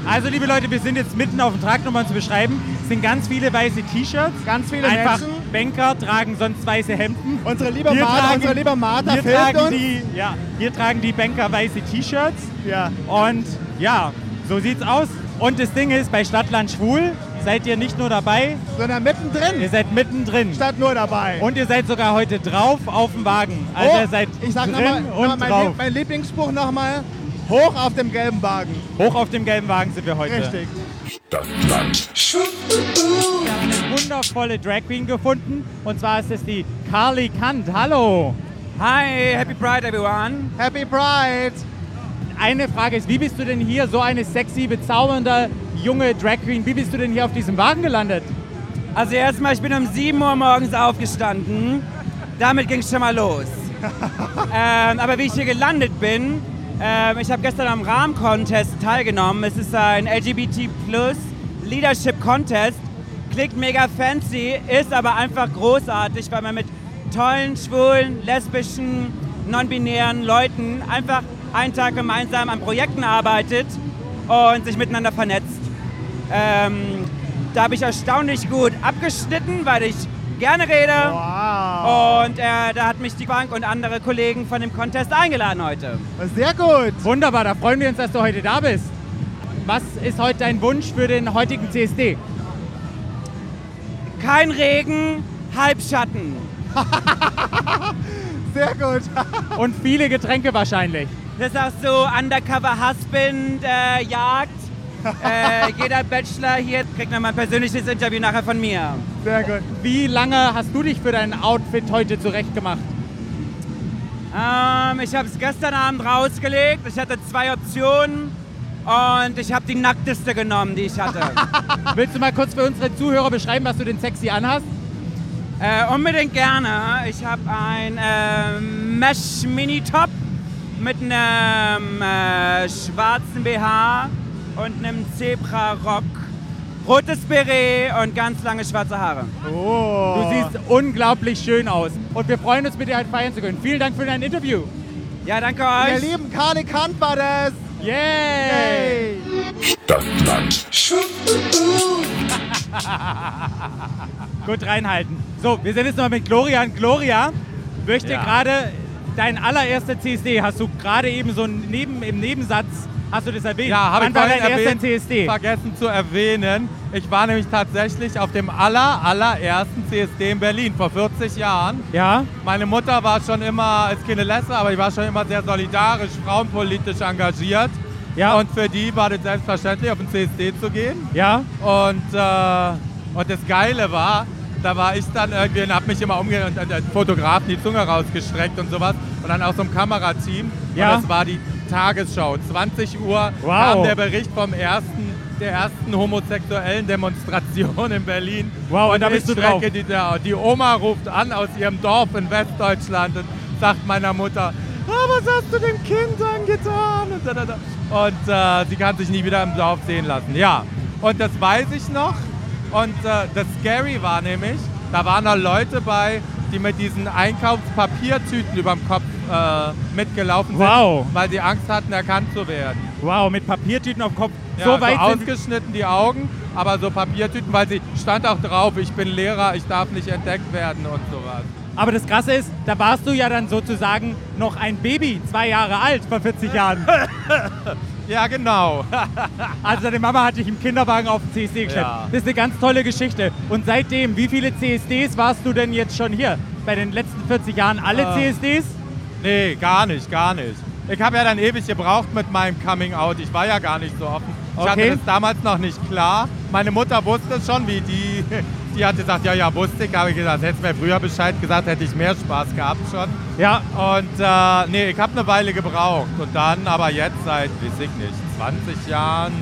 Speaker 1: Also, liebe Leute, wir sind jetzt mitten auf dem Trag, nochmal zu beschreiben. Es sind ganz viele weiße T-Shirts.
Speaker 2: Ganz viele
Speaker 1: Einfach
Speaker 2: Menschen.
Speaker 1: Banker tragen sonst weiße Hemden.
Speaker 2: Unsere liebe
Speaker 1: Wir
Speaker 2: Martha,
Speaker 1: tragen-
Speaker 2: unsere liebe Martha
Speaker 1: Hier
Speaker 2: filmt
Speaker 1: tragen,
Speaker 2: uns.
Speaker 1: die, ja, hier tragen die Banker weiße T-Shirts.
Speaker 2: Ja.
Speaker 1: Und ja, so sieht's aus. Und das Ding ist, bei Stadtland Schwul seid ihr nicht nur dabei,
Speaker 2: Sondern mittendrin.
Speaker 1: ihr seid mittendrin.
Speaker 2: Statt nur dabei.
Speaker 1: Und ihr seid sogar heute drauf auf dem Wagen. Also
Speaker 2: Hoch-
Speaker 1: ihr seid
Speaker 2: Oh, ich sag
Speaker 1: drin
Speaker 2: nochmal,
Speaker 1: und
Speaker 2: mein,
Speaker 1: drauf.
Speaker 2: Lieb- mein Lieblingsspruch nochmal. Hoch auf dem gelben Wagen.
Speaker 1: Hoch auf dem gelben Wagen sind wir heute.
Speaker 2: Richtig.
Speaker 1: Wir haben eine wundervolle Drag Queen gefunden. Und zwar ist es die Carly Kant. Hallo. Hi, happy Pride everyone.
Speaker 2: Happy Pride.
Speaker 1: Eine Frage ist, wie bist du denn hier, so eine sexy, bezaubernde, junge Drag Queen, wie bist du denn hier auf diesem Wagen gelandet?
Speaker 7: Also erstmal, ich bin um 7 Uhr morgens aufgestanden. Damit ging es schon mal los. ähm, aber wie ich hier gelandet bin, ähm, ich habe gestern am Rahm-Contest teilgenommen. Es ist ein LGBT Plus Leadership Contest. Klingt mega fancy, ist aber einfach großartig, weil man mit tollen, schwulen, lesbischen, non-binären Leuten einfach einen Tag gemeinsam an Projekten arbeitet und sich miteinander vernetzt. Ähm, da habe ich erstaunlich gut abgeschnitten, weil ich gerne rede. Und äh, da hat mich die Bank und andere Kollegen von dem Contest eingeladen heute.
Speaker 8: Sehr gut.
Speaker 1: Wunderbar, da freuen wir uns, dass du heute da bist. Was ist heute dein Wunsch für den heutigen CSD?
Speaker 7: Kein Regen, Halbschatten.
Speaker 8: Sehr gut.
Speaker 1: Und viele Getränke wahrscheinlich.
Speaker 7: Das ist auch so Undercover Husband äh,
Speaker 1: [laughs]
Speaker 7: Jagd. äh, jeder Bachelor hier kriegt nochmal ein persönliches Interview nachher von mir.
Speaker 8: Sehr gut.
Speaker 1: Wie lange hast du dich für dein Outfit heute zurechtgemacht?
Speaker 7: Ähm, ich habe es gestern Abend rausgelegt. Ich hatte zwei Optionen und ich habe die nackteste genommen, die ich hatte.
Speaker 1: [laughs] Willst du mal kurz für unsere Zuhörer beschreiben, was du denn sexy anhast?
Speaker 7: äh, unbedingt gerne. Ich habe ein äh, Mesh Mini Top mit einem äh, schwarzen BH und einem Zebra Rock, rotes Beret und ganz lange schwarze Haare.
Speaker 1: Du siehst unglaublich schön aus. Und wir freuen uns, mit dir heute feiern zu können. Vielen Dank für dein Interview.
Speaker 7: Ja, danke
Speaker 8: Ihr
Speaker 7: euch.
Speaker 8: lieben Karne Kant war das.
Speaker 1: Yay! Gut reinhalten. So, wir sind jetzt noch mit Gloria und Gloria möchte
Speaker 5: Ja.
Speaker 1: gerade dein allererster CSD. Hast du gerade eben so ein neben im Nebensatz hast du das erwähnt?
Speaker 5: Ja, habe ich
Speaker 1: Wann war
Speaker 5: vorhin
Speaker 1: dein erster
Speaker 5: erwähnt,
Speaker 1: CSD?
Speaker 5: vergessen zu erwähnen. Ich war nämlich tatsächlich auf dem aller, allerersten CSD in Berlin vor 40 Jahren.
Speaker 1: Ja.
Speaker 5: Meine Mutter war schon immer, ist keine Lesbe, aber ich war schon immer sehr solidarisch, frauenpolitisch engagiert.
Speaker 1: Ja.
Speaker 5: Und für die war das selbstverständlich, auf den CSD zu gehen.
Speaker 1: Ja.
Speaker 5: Und, äh, und das Geile war, da war ich dann irgendwie und hab mich immer umgehört und der Fotografen die Zunge rausgestreckt und sowas. Und dann auch so ein Kamerateam.
Speaker 1: Ja.
Speaker 5: Und das war die Tagesschau. 20 Uhr
Speaker 1: Wow.
Speaker 5: kam der Bericht vom ersten, der ersten homosexuellen Demonstration in Berlin.
Speaker 1: Wow, und da bist
Speaker 5: ich
Speaker 1: du drauf.
Speaker 5: strecke Die, ja, die Oma ruft an aus ihrem Dorf in Westdeutschland und sagt meiner Mutter, ah, was hast du dem Kind angetan? Und, da, da, da. und äh, sie kann sich nie wieder im Dorf sehen lassen. Ja, und das weiß ich noch. Und äh, das Scary war nämlich, da waren noch Leute bei, die mit diesen Einkaufspapiertüten überm Kopf äh, mitgelaufen sind,
Speaker 1: Wow.
Speaker 5: weil sie Angst hatten, erkannt zu werden.
Speaker 1: Wow, mit Papiertüten auf dem Kopf.
Speaker 5: Ja,
Speaker 1: so weit
Speaker 5: so
Speaker 1: sind
Speaker 5: ausgeschnitten die Augen, aber so Papiertüten, weil sie stand auch drauf, ich bin Lehrer, ich darf nicht entdeckt werden und sowas.
Speaker 1: Aber das Krasse ist, da warst du ja dann sozusagen noch ein Baby, zwei Jahre alt, vor
Speaker 5: [laughs]
Speaker 1: 40 Jahren.
Speaker 5: Ja, genau. [laughs]
Speaker 1: Also deine Mama hat dich im Kinderwagen auf den CSD geschleppt.
Speaker 5: Ja.
Speaker 1: Das ist eine ganz tolle Geschichte. Und seitdem, wie viele CSDs warst du denn jetzt schon hier? Bei den letzten 40 Jahren alle
Speaker 5: Äh.
Speaker 1: CSDs?
Speaker 5: Nee, gar nicht, gar nicht. Ich habe ja dann ewig gebraucht mit meinem Coming Out. Ich war ja gar nicht so offen. Ich
Speaker 1: Okay.
Speaker 5: hatte das damals noch nicht klar. Meine Mutter wusste es schon, wie die. [laughs] Die hat gesagt, ja, ja, wusste ich. Habe ich gesagt, hätte mir früher Bescheid gesagt, hätte ich mehr Spaß gehabt schon.
Speaker 1: Ja.
Speaker 5: Und äh, nee, ich habe eine Weile gebraucht. Und dann aber jetzt seit, weiß ich nicht, 20 Jahren.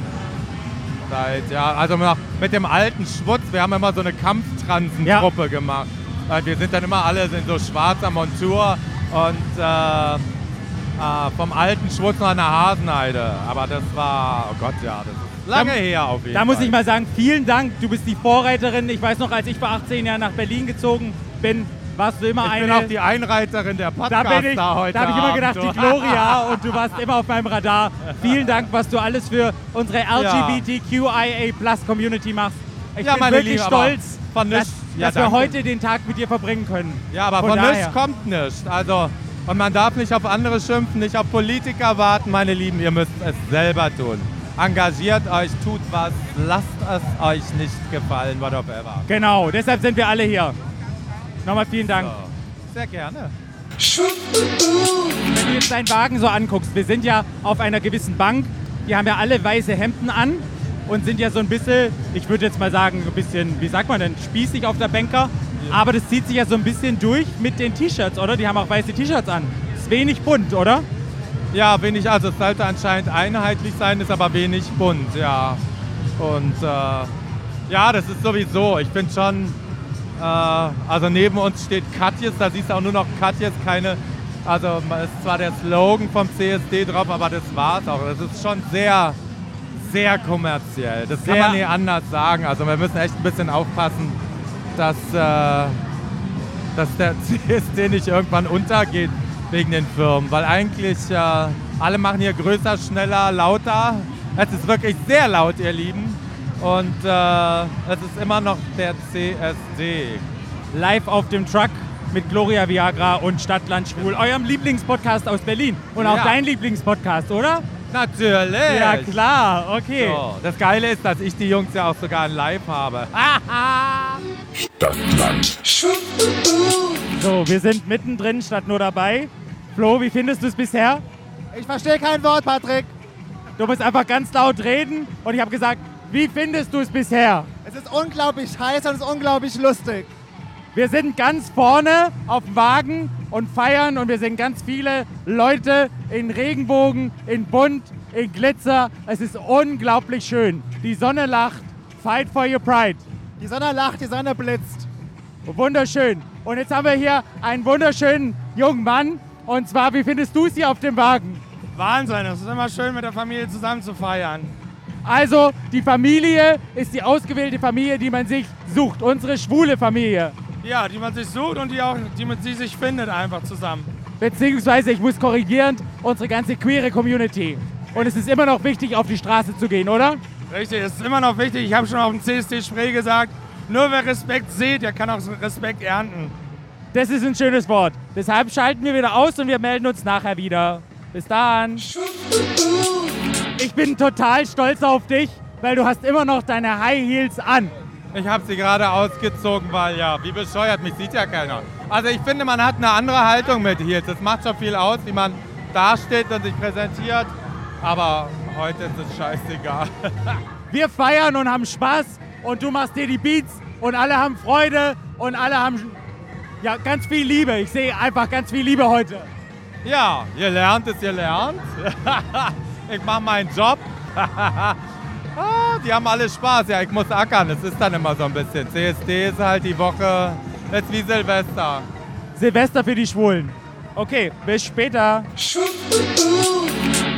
Speaker 5: Seit, ja, also noch mit dem alten Schwutz, wir haben immer so eine Kampftransentruppe gemacht. Äh, Wir sind dann immer alle in so schwarzer Montur und äh, äh, vom alten Schwutz noch an der Hasenheide. Aber das war, oh Gott, ja, das ist lange
Speaker 1: Da-
Speaker 5: her auf jeden
Speaker 1: Da
Speaker 5: Fall.
Speaker 1: muss ich mal sagen, vielen Dank. Du bist die Vorreiterin. Ich weiß noch, als ich vor 18 Jahren nach Berlin gezogen bin, warst du immer
Speaker 5: Ich
Speaker 1: eine...
Speaker 5: bin auch die Einreiterin der Podcaster
Speaker 1: da bin ich, da habe
Speaker 5: heute
Speaker 1: ich immer
Speaker 5: Abend,
Speaker 1: gedacht,
Speaker 5: du.
Speaker 1: die
Speaker 5: [laughs]
Speaker 1: Gloria und du warst immer auf meinem Radar. Vielen Dank, was du alles für unsere LGBTQIA-Plus-Community machst. Ich
Speaker 5: Ja,
Speaker 1: bin
Speaker 5: meine
Speaker 1: wirklich
Speaker 5: Liebe, aber
Speaker 1: stolz,
Speaker 5: von
Speaker 1: dass,
Speaker 5: nichts- ja,
Speaker 1: dass wir
Speaker 5: danke.
Speaker 1: heute den Tag mit dir verbringen können.
Speaker 5: Ja, aber von, nichts kommt nichts. Also, und man darf nicht auf andere schimpfen, nicht auf Politiker warten, meine Lieben. Ihr müsst es selber tun. Engagiert euch, tut was, lasst es euch nicht gefallen, whatever.
Speaker 1: Genau, deshalb sind wir alle hier. Nochmal vielen Dank.
Speaker 5: So. Sehr gerne.
Speaker 1: Wenn du jetzt deinen Wagen so anguckst, wir sind ja auf einer gewissen Bank, die haben ja alle weiße Hemden an und sind ja so ein bisschen, ich würde jetzt mal sagen, ein bisschen, wie sagt man denn, spießig auf der Banker. Aber das zieht sich ja so ein bisschen durch mit den T-Shirts, oder? Die haben auch weiße T-Shirts an. Ist wenig bunt, oder?
Speaker 5: Ja, wenig, also es sollte anscheinend einheitlich sein, ist aber wenig bunt, ja. Und äh, ja, das ist sowieso, ich bin schon, äh, also neben uns steht Katjes, da siehst du auch nur noch Katjes, keine, also man ist zwar der Slogan vom CSD drauf, aber das war's auch. Das ist schon sehr, sehr kommerziell, das kann
Speaker 1: Sehr.
Speaker 5: man nie anders sagen. Also wir müssen echt ein bisschen aufpassen, dass, äh, dass der [laughs] CSD nicht irgendwann untergeht wegen den Firmen, weil eigentlich äh, alle machen hier größer, schneller, lauter Es ist wirklich sehr laut, ihr Lieben. Und äh, es ist immer noch der CSD.
Speaker 1: Live auf dem Truck mit Gloria Viagra und Stadtland Schwul, eurem Lieblingspodcast aus Berlin. Und auch
Speaker 5: Ja.
Speaker 1: dein Lieblingspodcast, oder?
Speaker 5: Natürlich!
Speaker 1: Ja, klar, okay.
Speaker 5: So, das Geile ist, dass ich die Jungs ja auch sogar in live habe.
Speaker 1: So, wir sind mittendrin statt nur dabei. Flo, wie findest du es bisher?
Speaker 2: Ich verstehe kein Wort, Patrick.
Speaker 1: Du musst einfach ganz laut reden und ich habe gesagt, wie findest du es bisher?
Speaker 2: Es ist unglaublich heiß und es ist unglaublich lustig.
Speaker 1: Wir sind ganz vorne auf dem Wagen und feiern und wir sehen ganz viele Leute in Regenbogen, in Bunt, in Glitzer. Es ist unglaublich schön. Die Sonne lacht. Fight for your pride.
Speaker 2: Die Sonne lacht, die Sonne blitzt.
Speaker 1: Wunderschön. Und jetzt haben wir hier einen wunderschönen jungen Mann. Und zwar, wie findest du es hier auf dem Wagen?
Speaker 8: Wahnsinn, es ist immer schön, mit der Familie zusammen zu feiern.
Speaker 1: Also, die Familie ist die ausgewählte Familie, die man sich sucht. Unsere schwule Familie.
Speaker 8: Ja, die man sich sucht und die auch, die man sie sich findet einfach zusammen.
Speaker 1: Beziehungsweise, ich muss korrigierend, unsere ganze queere Community. Und es ist immer noch wichtig, auf die Straße zu gehen, oder?
Speaker 8: Richtig, es ist immer noch wichtig. Ich habe schon auf dem CSD-Spree gesagt, nur wer Respekt sieht, der kann auch Respekt ernten.
Speaker 1: Das ist ein schönes Wort. Deshalb schalten wir wieder aus und wir melden uns nachher wieder. Bis dann. Ich bin total stolz auf dich, weil du hast immer noch deine High Heels an.
Speaker 5: Ich habe sie gerade ausgezogen, weil ja, wie bescheuert, mich sieht ja keiner. Also ich finde, man hat eine andere Haltung mit Heels. Das macht schon viel aus, wie man dasteht und sich präsentiert. Aber heute ist es scheißegal. [laughs]
Speaker 1: Wir feiern und haben Spaß und du machst dir die Beats und alle haben Freude und alle haben ja ganz viel Liebe. Ich sehe einfach ganz viel Liebe heute.
Speaker 5: Ja, ihr lernt es, ihr lernt. [laughs] ich mache meinen Job. [laughs] ah, die haben alle Spaß. Ja, ich muss ackern. Es ist dann immer so ein bisschen. CSD ist halt die Woche. Ist wie Silvester.
Speaker 1: Silvester für die Schwulen. Okay, bis später.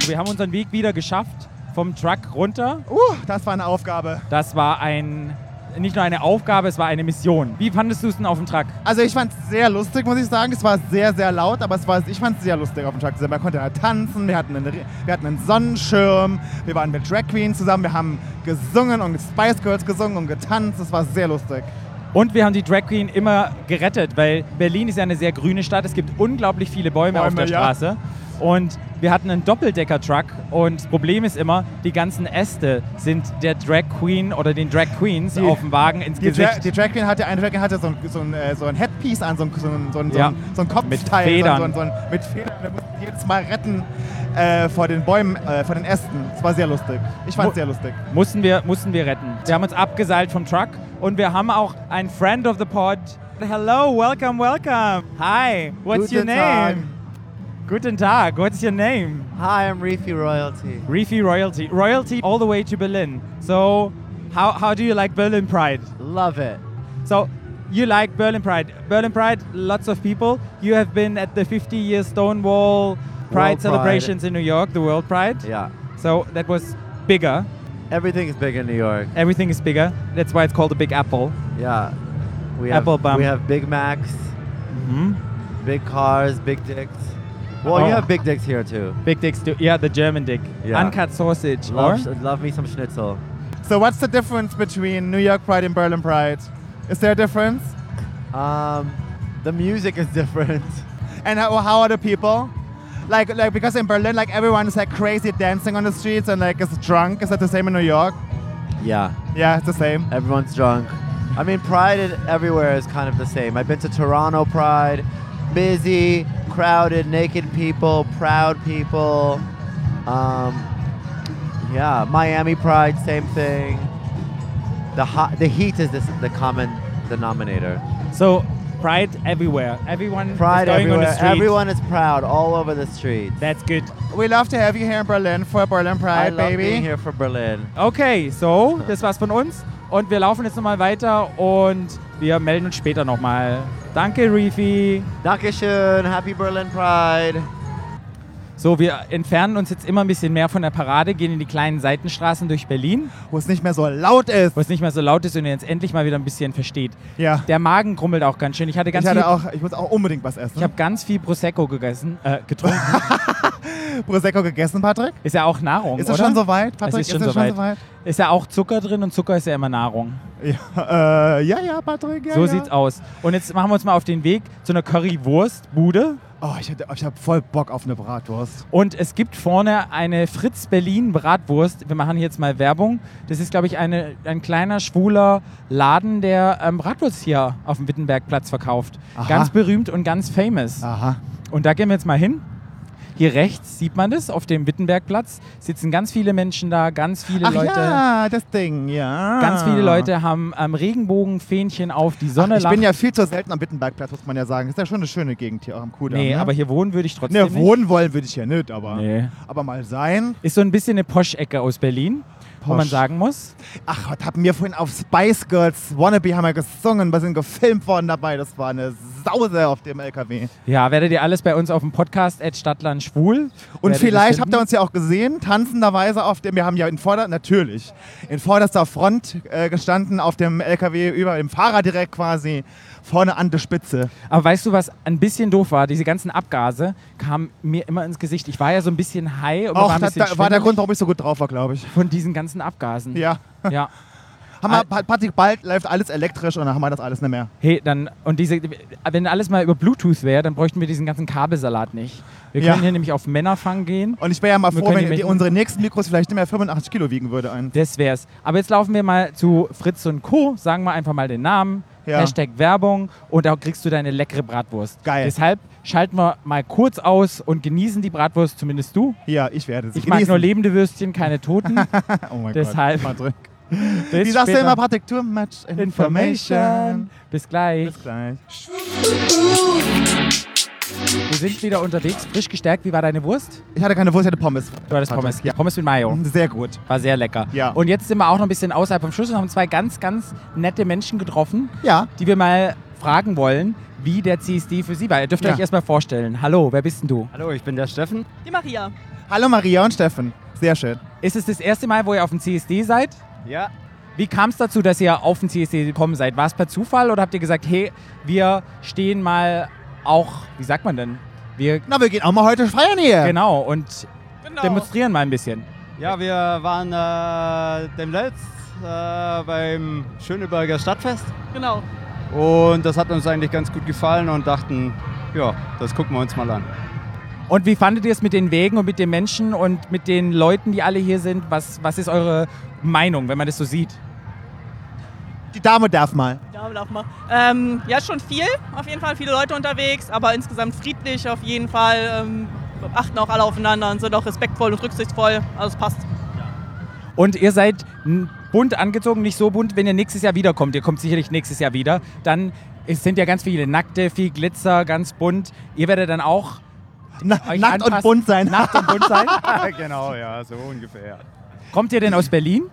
Speaker 1: Wir haben unseren Weg wieder geschafft vom Truck runter.
Speaker 2: Uh, das war eine Aufgabe.
Speaker 1: Das war ein nicht nur eine Aufgabe, es war eine Mission. Wie fandest du es denn auf dem Truck?
Speaker 2: Also ich fand es sehr lustig, muss ich sagen. Es war sehr, sehr laut, aber es war, ich fand es sehr lustig auf dem Truck. zu sein. Man konnte da tanzen, wir hatten, einen, Re- wir hatten einen Sonnenschirm, wir waren mit Drag Queen zusammen, wir haben gesungen und Spice Girls gesungen und getanzt. Es war sehr lustig.
Speaker 1: Und wir haben die Drag Queen immer gerettet, weil Berlin ist ja eine sehr grüne Stadt. Es gibt unglaublich viele Bäume, auf
Speaker 2: Bäume,
Speaker 1: der
Speaker 2: ja.
Speaker 1: Straße. Und wir hatten einen Doppeldecker-Truck und das Problem ist immer, die ganzen Äste sind der Drag Queen oder den Drag Queens
Speaker 2: Die-
Speaker 1: auf dem Wagen ins
Speaker 2: Die, Dra
Speaker 1: Gesicht.
Speaker 2: die Drag Queen hatte, eine Drag Queen hatte so ein, so ein, äh, so ein Headpiece an, so ein, so ein, so ein, so
Speaker 1: Ja.
Speaker 2: ein, so ein Kopfteil.
Speaker 1: Mit
Speaker 2: so ein-
Speaker 1: Federn.
Speaker 2: So ein, so ein, mit Federn. Wir mussten jedes Mal retten äh, vor den Bäumen, äh, vor den Ästen. Es war sehr lustig. Ich fand
Speaker 1: Wo-
Speaker 2: es sehr lustig.
Speaker 1: mussten, wir, mussten wir retten. Wir haben uns abgeseilt vom Truck und wir haben auch einen Friend of the Pod. Hello, welcome, welcome. Hi, what's your
Speaker 9: Guten Tag.
Speaker 1: name? Guten Tag, what's your name?
Speaker 9: Hi, I'm Reefy Royalty.
Speaker 1: Reefy Royalty. Royalty all the way to Berlin. So, how, how do you like Berlin Pride?
Speaker 9: Love it.
Speaker 1: So, you like Berlin Pride. Berlin Pride, lots of people. You have been at the 50 year Stonewall Pride
Speaker 9: Pride.
Speaker 1: celebrations in New York, the World Pride.
Speaker 9: Yeah.
Speaker 1: So, that was bigger.
Speaker 9: Everything is big in New York.
Speaker 1: Everything is bigger. That's why it's called the Big Apple.
Speaker 9: Yeah. We
Speaker 1: Apple
Speaker 9: have,
Speaker 1: bum. Mm-hmm.
Speaker 9: We have Big Macs, big cars, big dicks. Well,
Speaker 1: Oh.
Speaker 9: you have big dicks here too.
Speaker 1: Big dicks, too. Yeah, the German dick.
Speaker 9: Yeah.
Speaker 1: Uncut sausage.
Speaker 9: Love,
Speaker 1: or?
Speaker 9: love me some schnitzel.
Speaker 2: So what's the difference between New York Pride and Berlin Pride? Is there a difference?
Speaker 9: Um, the music is different.
Speaker 2: And how, how are the people? Like, like because in Berlin, like everyone is like crazy dancing on the streets and like is drunk. Is that the same in New York?
Speaker 9: Yeah,
Speaker 2: Yeah, it's the same.
Speaker 9: everyone's drunk. I mean, Pride in- everywhere is kind of the same. I've been to Toronto Pride, busy, crowded, naked people, proud people. Um, yeah, Miami Pride, same thing. The hot, the heat is this, the common denominator.
Speaker 1: So, pride everywhere. Everyone is
Speaker 9: Pride
Speaker 1: going on
Speaker 9: everywhere.
Speaker 1: the street.
Speaker 9: Everyone is proud all over the streets.
Speaker 1: That's good.
Speaker 2: We love to have you here in Berlin for Berlin
Speaker 9: I
Speaker 2: Pride,
Speaker 9: love being
Speaker 2: baby.
Speaker 9: here for Berlin.
Speaker 1: Okay, so, das war's von uns. Und wir laufen jetzt nochmal weiter und wir melden uns später nochmal. Danke, Reefy.
Speaker 9: Dankeschön. Happy Berlin Pride.
Speaker 1: So, wir entfernen uns jetzt immer ein bisschen mehr von der Parade, gehen in die kleinen Seitenstraßen durch Berlin,
Speaker 2: Wo es nicht mehr so laut ist.
Speaker 1: wo es nicht mehr so laut ist und ihr jetzt endlich mal wieder ein bisschen versteht.
Speaker 2: Ja.
Speaker 1: Der Magen grummelt auch ganz schön. Ich hatte ganz
Speaker 2: ich hatte
Speaker 1: viel,
Speaker 2: auch, ich muss auch unbedingt was essen. [laughs]
Speaker 1: ich habe ganz viel Prosecco gegessen, äh, getrunken.
Speaker 2: Prosecco gegessen, Patrick?
Speaker 1: Ist ja auch Nahrung.
Speaker 2: Ist es
Speaker 1: oder?
Speaker 2: schon soweit, Patrick?
Speaker 1: Es ist schon soweit. Ist ja auch Zucker drin und Zucker ist ja immer Nahrung.
Speaker 2: Ja, äh, ja, ja, Patrick. Ja,
Speaker 1: so
Speaker 2: ja.
Speaker 1: sieht's aus. Und jetzt machen wir uns mal auf den Weg zu einer Currywurstbude.
Speaker 2: Oh, ich hab, ich hab voll Bock auf eine Bratwurst.
Speaker 1: Und es gibt vorne eine Fritz Berlin Bratwurst. Wir machen hier jetzt mal Werbung. Das ist, glaube ich, eine, ein kleiner schwuler Laden, der ähm, Bratwurst hier auf dem Wittenbergplatz verkauft.
Speaker 2: Aha.
Speaker 1: Ganz berühmt und ganz famous.
Speaker 2: Aha.
Speaker 1: Und da gehen wir jetzt mal hin. Hier rechts sieht man das auf dem Wittenbergplatz. Sitzen ganz viele Menschen da, ganz viele
Speaker 2: Ach
Speaker 1: Leute.
Speaker 2: ja, das Ding, ja.
Speaker 1: Ganz viele Leute haben ähm, Regenbogenfähnchen auf, die Sonne
Speaker 2: Ich
Speaker 1: lacht.
Speaker 2: bin ja viel zu selten am Wittenbergplatz, muss man ja sagen. Ist ja schon eine schöne Gegend hier, auch am Kudamm.
Speaker 1: nee,
Speaker 2: ne?
Speaker 1: aber hier wohnen würde ich trotzdem
Speaker 2: Ne, wohnen wollen würde ich ja nicht, aber,
Speaker 1: nicht. Nee.
Speaker 2: aber mal sein.
Speaker 1: Ist so ein bisschen eine Posch-Ecke aus Berlin, wo man
Speaker 2: Posch.
Speaker 1: sagen muss,
Speaker 2: Ach, was haben wir vorhin auf Spice Girls Wannabe haben wir gesungen, wir sind gefilmt worden dabei. Das war eine Sause auf dem LKW.
Speaker 1: ja, werdet ihr alles bei uns auf dem Podcast at Stadtland schwul.
Speaker 2: Und
Speaker 1: werdet ihr
Speaker 2: vielleicht habt
Speaker 1: finden.
Speaker 2: ihr uns ja auch gesehen, tanzenderweise auf dem, wir haben ja in vorder, natürlich, in vorderster Front äh, gestanden, auf dem LKW über dem Fahrer direkt quasi, vorne an der Spitze.
Speaker 1: Aber weißt du, was ein bisschen doof war? Diese ganzen Abgase kamen mir immer ins Gesicht. Ich war ja so ein bisschen high und mir
Speaker 2: Auch
Speaker 1: war ein
Speaker 2: das
Speaker 1: bisschen
Speaker 2: war der
Speaker 1: schwindelig
Speaker 2: Grund, warum ich so gut drauf war, glaube ich.
Speaker 1: von diesen ganzen Abgasen.
Speaker 2: Ja.
Speaker 1: ja.
Speaker 2: Haben wir, Pat- Patrick, bald läuft alles elektrisch und dann haben wir das alles nicht mehr.
Speaker 1: Hey, dann, und diese, wenn alles mal über Bluetooth wäre, dann bräuchten wir diesen ganzen Kabelsalat nicht. Wir
Speaker 2: Ja.
Speaker 1: können hier nämlich auf Männerfang gehen.
Speaker 2: Und ich wäre ja mal
Speaker 1: Wir
Speaker 2: froh,
Speaker 1: können
Speaker 2: wenn
Speaker 1: die
Speaker 2: die,
Speaker 1: Mädchen-
Speaker 2: unsere nächsten Mikros vielleicht nicht mehr 85 Kilo wiegen würde. Ein.
Speaker 1: Das wär's. Aber jetzt laufen wir mal zu Fritz und Co. Sagen wir einfach mal den Namen.
Speaker 2: Ja.
Speaker 1: Hashtag Werbung und da kriegst du deine leckere Bratwurst.
Speaker 2: Geil.
Speaker 1: Deshalb schalten wir mal kurz aus und genießen die Bratwurst, zumindest du.
Speaker 2: Ja, ich werde sie
Speaker 1: Ich mag nur
Speaker 2: genießen.
Speaker 1: lebende Würstchen,
Speaker 2: [laughs]
Speaker 1: keine toten.
Speaker 2: Oh mein
Speaker 1: deshalb.
Speaker 2: Gott, Patrick.
Speaker 1: Bis
Speaker 2: Wie sagst du
Speaker 1: später.
Speaker 2: immer, Patrick? Too much information.
Speaker 1: Bis gleich.
Speaker 2: Bis gleich.
Speaker 1: Wir sind wieder unterwegs, frisch gestärkt. Wie war deine Wurst?
Speaker 2: Ich hatte keine Wurst, ich hatte Pommes.
Speaker 1: Du hattest
Speaker 2: Patrick,
Speaker 1: Pommes.
Speaker 2: Ja.
Speaker 1: Pommes mit Mayo.
Speaker 2: Sehr gut.
Speaker 1: War sehr lecker.
Speaker 2: Mhm. Ja.
Speaker 1: Und jetzt sind wir auch noch ein bisschen außerhalb vom Schuss und haben zwei ganz, ganz nette Menschen getroffen,
Speaker 2: Ja,
Speaker 1: die wir mal fragen wollen, wie der CSD für sie war. Ihr dürft
Speaker 2: Ja.
Speaker 1: euch erstmal vorstellen. Hallo, wer bist denn du?
Speaker 10: Hallo, ich bin der Steffen.
Speaker 11: Die Maria.
Speaker 2: Hallo Maria und Steffen. Sehr schön.
Speaker 1: Ist es das erste Mal, wo ihr auf dem CSD seid?
Speaker 10: Ja.
Speaker 1: Wie kam es dazu, dass ihr auf den CSD gekommen seid? War es per Zufall oder habt ihr gesagt, hey, wir stehen mal auch, wie sagt man denn? Wir,
Speaker 2: Na, wir gehen auch mal heute feiern hier.
Speaker 1: genau, und
Speaker 11: Genau.
Speaker 1: demonstrieren mal ein bisschen.
Speaker 10: Ja, wir waren äh, demnächst äh, beim Schöneberger Stadtfest
Speaker 11: genau.
Speaker 10: und das hat uns eigentlich ganz gut gefallen und dachten, ja, das gucken wir uns mal an.
Speaker 1: Und wie fandet ihr es mit den Wegen und mit den Menschen und mit den Leuten, die alle hier sind? Was, was ist eure Meinung, wenn man das so sieht?
Speaker 2: Die Dame darf mal.
Speaker 11: Ja, will auch mal. Ähm, ja, schon viel. Auf jeden Fall viele Leute unterwegs, aber insgesamt friedlich auf jeden Fall. Ähm, achten auch alle aufeinander und sind auch respektvoll und rücksichtsvoll. Also es passt.
Speaker 1: Und ihr seid n- bunt angezogen, nicht so bunt, wenn ihr nächstes Jahr wiederkommt. Ihr kommt sicherlich nächstes Jahr wieder. Dann es sind ja ganz viele Nackte, viel Glitzer, ganz bunt. Ihr werdet dann auch
Speaker 2: Na,
Speaker 1: euch
Speaker 2: nackt und
Speaker 1: anpassen.
Speaker 2: bunt sein.
Speaker 1: nackt und bunt sein.
Speaker 10: [laughs] genau, ja, so ungefähr.
Speaker 1: Kommt ihr denn aus Berlin?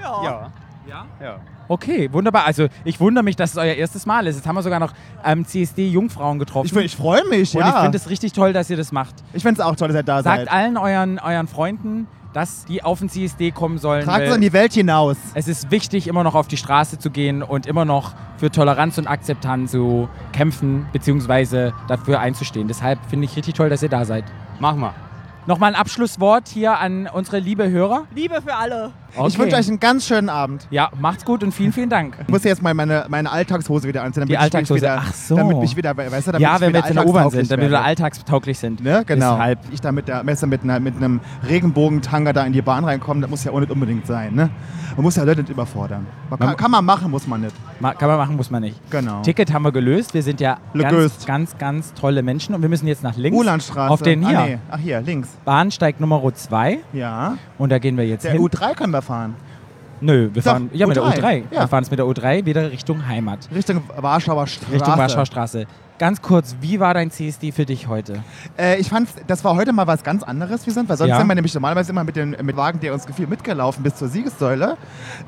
Speaker 10: Ja.
Speaker 1: Ja?
Speaker 10: Ja.
Speaker 1: Okay, wunderbar. Also ich wundere mich, dass es euer erstes Mal ist. Jetzt haben wir sogar noch ähm, CSD-Jungfrauen getroffen.
Speaker 2: Ich, find- ich freue mich,
Speaker 1: und ich
Speaker 2: ja.
Speaker 1: finde es richtig toll, dass ihr das macht.
Speaker 2: ich finde es auch toll, dass ihr da
Speaker 1: Sagt
Speaker 2: seid.
Speaker 1: allen euren, euren Freunden, dass die auf den CSD kommen sollen.
Speaker 2: Tragt
Speaker 1: weil
Speaker 2: es in die Welt hinaus.
Speaker 1: es ist wichtig, immer noch auf die Straße zu gehen und immer noch für Toleranz und Akzeptanz zu kämpfen, beziehungsweise dafür einzustehen. Deshalb finde ich richtig toll, dass ihr da seid.
Speaker 10: Mach mal.
Speaker 1: Nochmal ein Abschlusswort hier an unsere liebe Hörer.
Speaker 11: Liebe für alle.
Speaker 2: Ich wünsche euch einen ganz schönen Abend.
Speaker 1: Ja, macht's gut und vielen, vielen Dank.
Speaker 2: Ich muss jetzt mal meine, meine Alltagshose wieder anziehen, damit
Speaker 1: Die
Speaker 2: ich mich
Speaker 1: Alltagshose,
Speaker 2: wieder,
Speaker 1: ach so.
Speaker 2: damit ich wieder, weißt du, damit
Speaker 1: ja,
Speaker 2: ich
Speaker 1: wenn wir
Speaker 2: wieder
Speaker 1: jetzt in der U-Bahn
Speaker 2: alltagstauglich
Speaker 1: sind, damit wir
Speaker 2: werde.
Speaker 1: alltagstauglich sind.
Speaker 2: Ne, genau.
Speaker 1: Deshalb.
Speaker 2: Ich da mit der Messer mit, einer, mit einem Regenbogentanga da in die Bahn reinkommen, das muss ja auch nicht unbedingt sein. Ne? Man muss ja Leute nicht überfordern. Man kann,
Speaker 1: Man-
Speaker 2: kann man machen, muss man nicht.
Speaker 1: Ma- Kann man machen, muss man nicht.
Speaker 2: Genau.
Speaker 1: Ticket haben wir gelöst. Wir sind ja ganz,
Speaker 2: Gelöst.
Speaker 1: ganz, ganz tolle Menschen und wir müssen jetzt nach links.
Speaker 2: Ulandstraße.
Speaker 1: Auf den hier.
Speaker 2: Ah, nee. Ach, hier, links.
Speaker 1: Bahnsteig Nummer 2
Speaker 2: Ja.
Speaker 1: und da gehen wir jetzt
Speaker 2: Der
Speaker 1: hin.
Speaker 2: U3 können wir fahren.
Speaker 1: Nö, wir
Speaker 2: Doch,
Speaker 1: fahren ja, mit der
Speaker 2: U3.
Speaker 1: U3. Wir
Speaker 2: Ja.
Speaker 1: fahren es mit der U3 wieder Richtung Heimat.
Speaker 2: Richtung Warschauer Straße.
Speaker 1: Richtung Warschauer Straße. Ganz kurz, wie war dein CSD für dich heute?
Speaker 2: Äh, ich fand, das war heute mal was ganz anderes, wie sind, weil sonst
Speaker 1: Ja.
Speaker 2: sind wir nämlich normalerweise immer mit dem mit Wagen, der uns gefiel, mitgelaufen bis zur Siegessäule.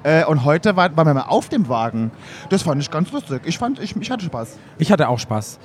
Speaker 2: Äh, und heute war- waren wir mal auf dem Wagen. Das fand ich ganz lustig. Ich fand, ich, ich hatte Spaß.
Speaker 1: Ich hatte auch Spaß.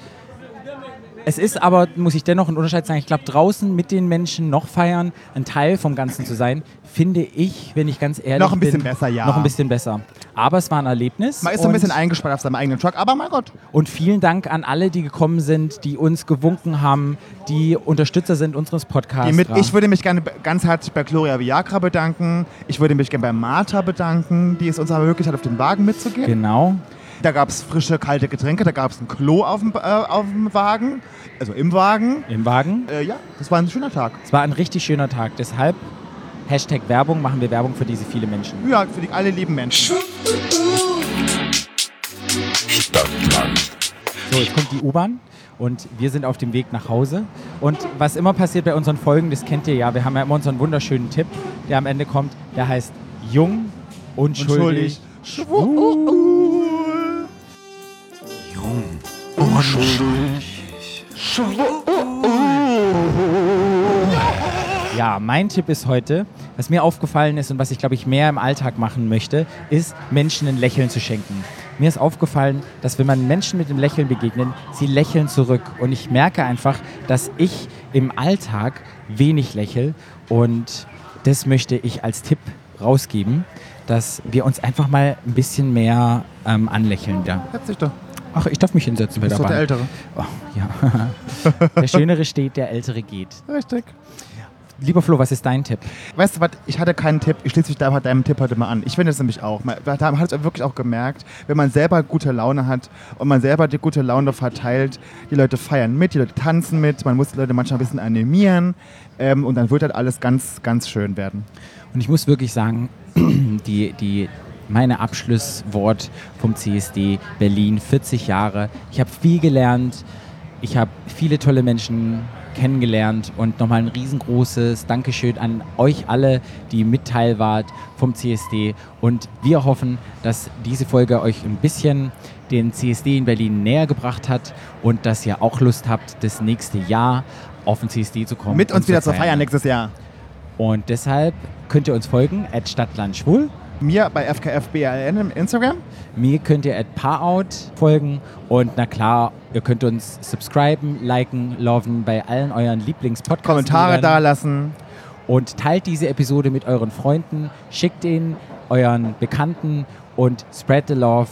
Speaker 1: Es ist aber, muss ich dennoch einen Unterschied sagen, ich glaube, draußen mit den Menschen noch feiern, ein Teil vom Ganzen zu sein, finde ich, wenn ich ganz ehrlich bin,
Speaker 2: Noch ein bisschen besser, ja.
Speaker 1: Noch ein bisschen besser. aber es war ein Erlebnis.
Speaker 2: Man ist so ein
Speaker 1: und-
Speaker 2: bisschen eingespannt auf seinem eigenen Truck, aber mein Gott.
Speaker 1: Und vielen Dank an alle, die gekommen sind, die uns gewunken haben, die Unterstützer sind unseres Podcasts.
Speaker 2: Hiermit, ich würde mich gerne b- ganz herzlich bei Gloria Viagra bedanken. Ich würde mich gerne bei Martha bedanken, die es uns ermöglicht hat, auf den Wagen mitzugehen.
Speaker 1: Genau.
Speaker 2: Da gab es frische, kalte Getränke, da gab es ein Klo auf dem, äh, auf dem Wagen, also im Wagen.
Speaker 1: Im Wagen?
Speaker 2: Äh, ja, das war ein schöner Tag.
Speaker 1: Es war ein richtig schöner Tag, deshalb Hashtag Werbung machen wir Werbung für diese vielen Menschen.
Speaker 2: Ja, für die, alle lieben Menschen.
Speaker 1: So, jetzt kommt die U-Bahn und wir sind auf dem Weg nach Hause. Und was immer passiert bei unseren Folgen, das kennt ihr ja, wir haben ja immer unseren wunderschönen Tipp, der am Ende kommt, der heißt Jung, unschuldig,
Speaker 2: schwul.
Speaker 1: Jung,
Speaker 12: unschuldig,
Speaker 1: Ja, mein Tipp ist heute, was mir aufgefallen ist und was ich, glaube ich, mehr im Alltag machen möchte, ist, Menschen ein Lächeln zu schenken. Mir ist aufgefallen, dass wenn man Menschen mit dem Lächeln begegnet, sie lächeln zurück. Und ich merke einfach, dass ich im Alltag wenig lächel. Und das möchte ich als Tipp rausgeben, dass wir uns einfach mal ein bisschen mehr ähm, anlächeln. Da.
Speaker 2: Setz dich doch.
Speaker 1: Ach, ich darf mich hinsetzen bei
Speaker 2: Du bist doch
Speaker 1: Bahn.
Speaker 2: der Ältere.
Speaker 1: Oh, ja. der Schönere steht, der Ältere geht.
Speaker 2: Richtig.
Speaker 1: Lieber Flo, was ist dein Tipp?
Speaker 2: Weißt du was, ich hatte keinen Tipp, ich schließe mich da bei deinem Tipp heute mal an. Ich finde es nämlich auch. Man man hat es wirklich auch gemerkt, wenn man selber gute Laune hat und man selber die gute Laune verteilt, die Leute feiern mit, die Leute tanzen mit, man muss die Leute manchmal ein bisschen animieren ähm, und dann wird halt alles ganz, ganz schön werden.
Speaker 1: Und ich muss wirklich sagen, [clears throat] die, die, meine Abschlusswort vom CSD Berlin, 40 Jahre. Ich habe viel gelernt, ich habe viele tolle Menschen kennengelernt und nochmal ein riesengroßes Dankeschön an euch alle, die mit teil wart vom CSD. Und wir hoffen, dass diese Folge euch ein bisschen den CSD in Berlin näher gebracht hat und dass ihr auch Lust habt, das nächste Jahr auf den CSD zu kommen.
Speaker 2: Mit
Speaker 1: und
Speaker 2: Um uns wieder zu feiern nächstes Jahr.
Speaker 1: und deshalb könnt ihr uns folgen at Stadtland Schwul.
Speaker 2: Mir bei FKFBLN im Instagram.
Speaker 1: Mir könnt ihr at Paarout folgen. Und na klar, ihr könnt uns subscriben, liken, loven bei allen euren Lieblingspodcasts.
Speaker 2: Kommentare dalassen.
Speaker 1: Und teilt diese Episode mit euren Freunden, schickt ihn euren Bekannten und spread the love.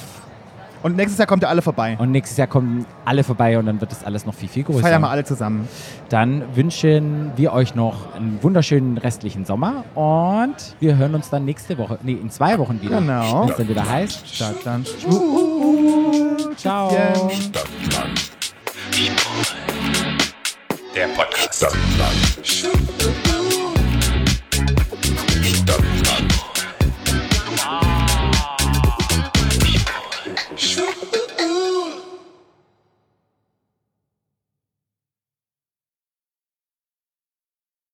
Speaker 2: Und nächstes Jahr kommt ihr alle vorbei.
Speaker 1: Und nächstes Jahr kommen alle vorbei und dann wird das alles noch viel, viel größer.
Speaker 2: Feiern wir alle zusammen.
Speaker 1: Dann wünschen wir euch noch einen wunderschönen restlichen Sommer und wir hören uns dann nächste Woche, nee, in zwei Wochen wieder.
Speaker 2: Genau.
Speaker 1: Wenn es dann wieder heißt.
Speaker 2: Stadtland.
Speaker 1: Ciao.
Speaker 12: Der Podcast.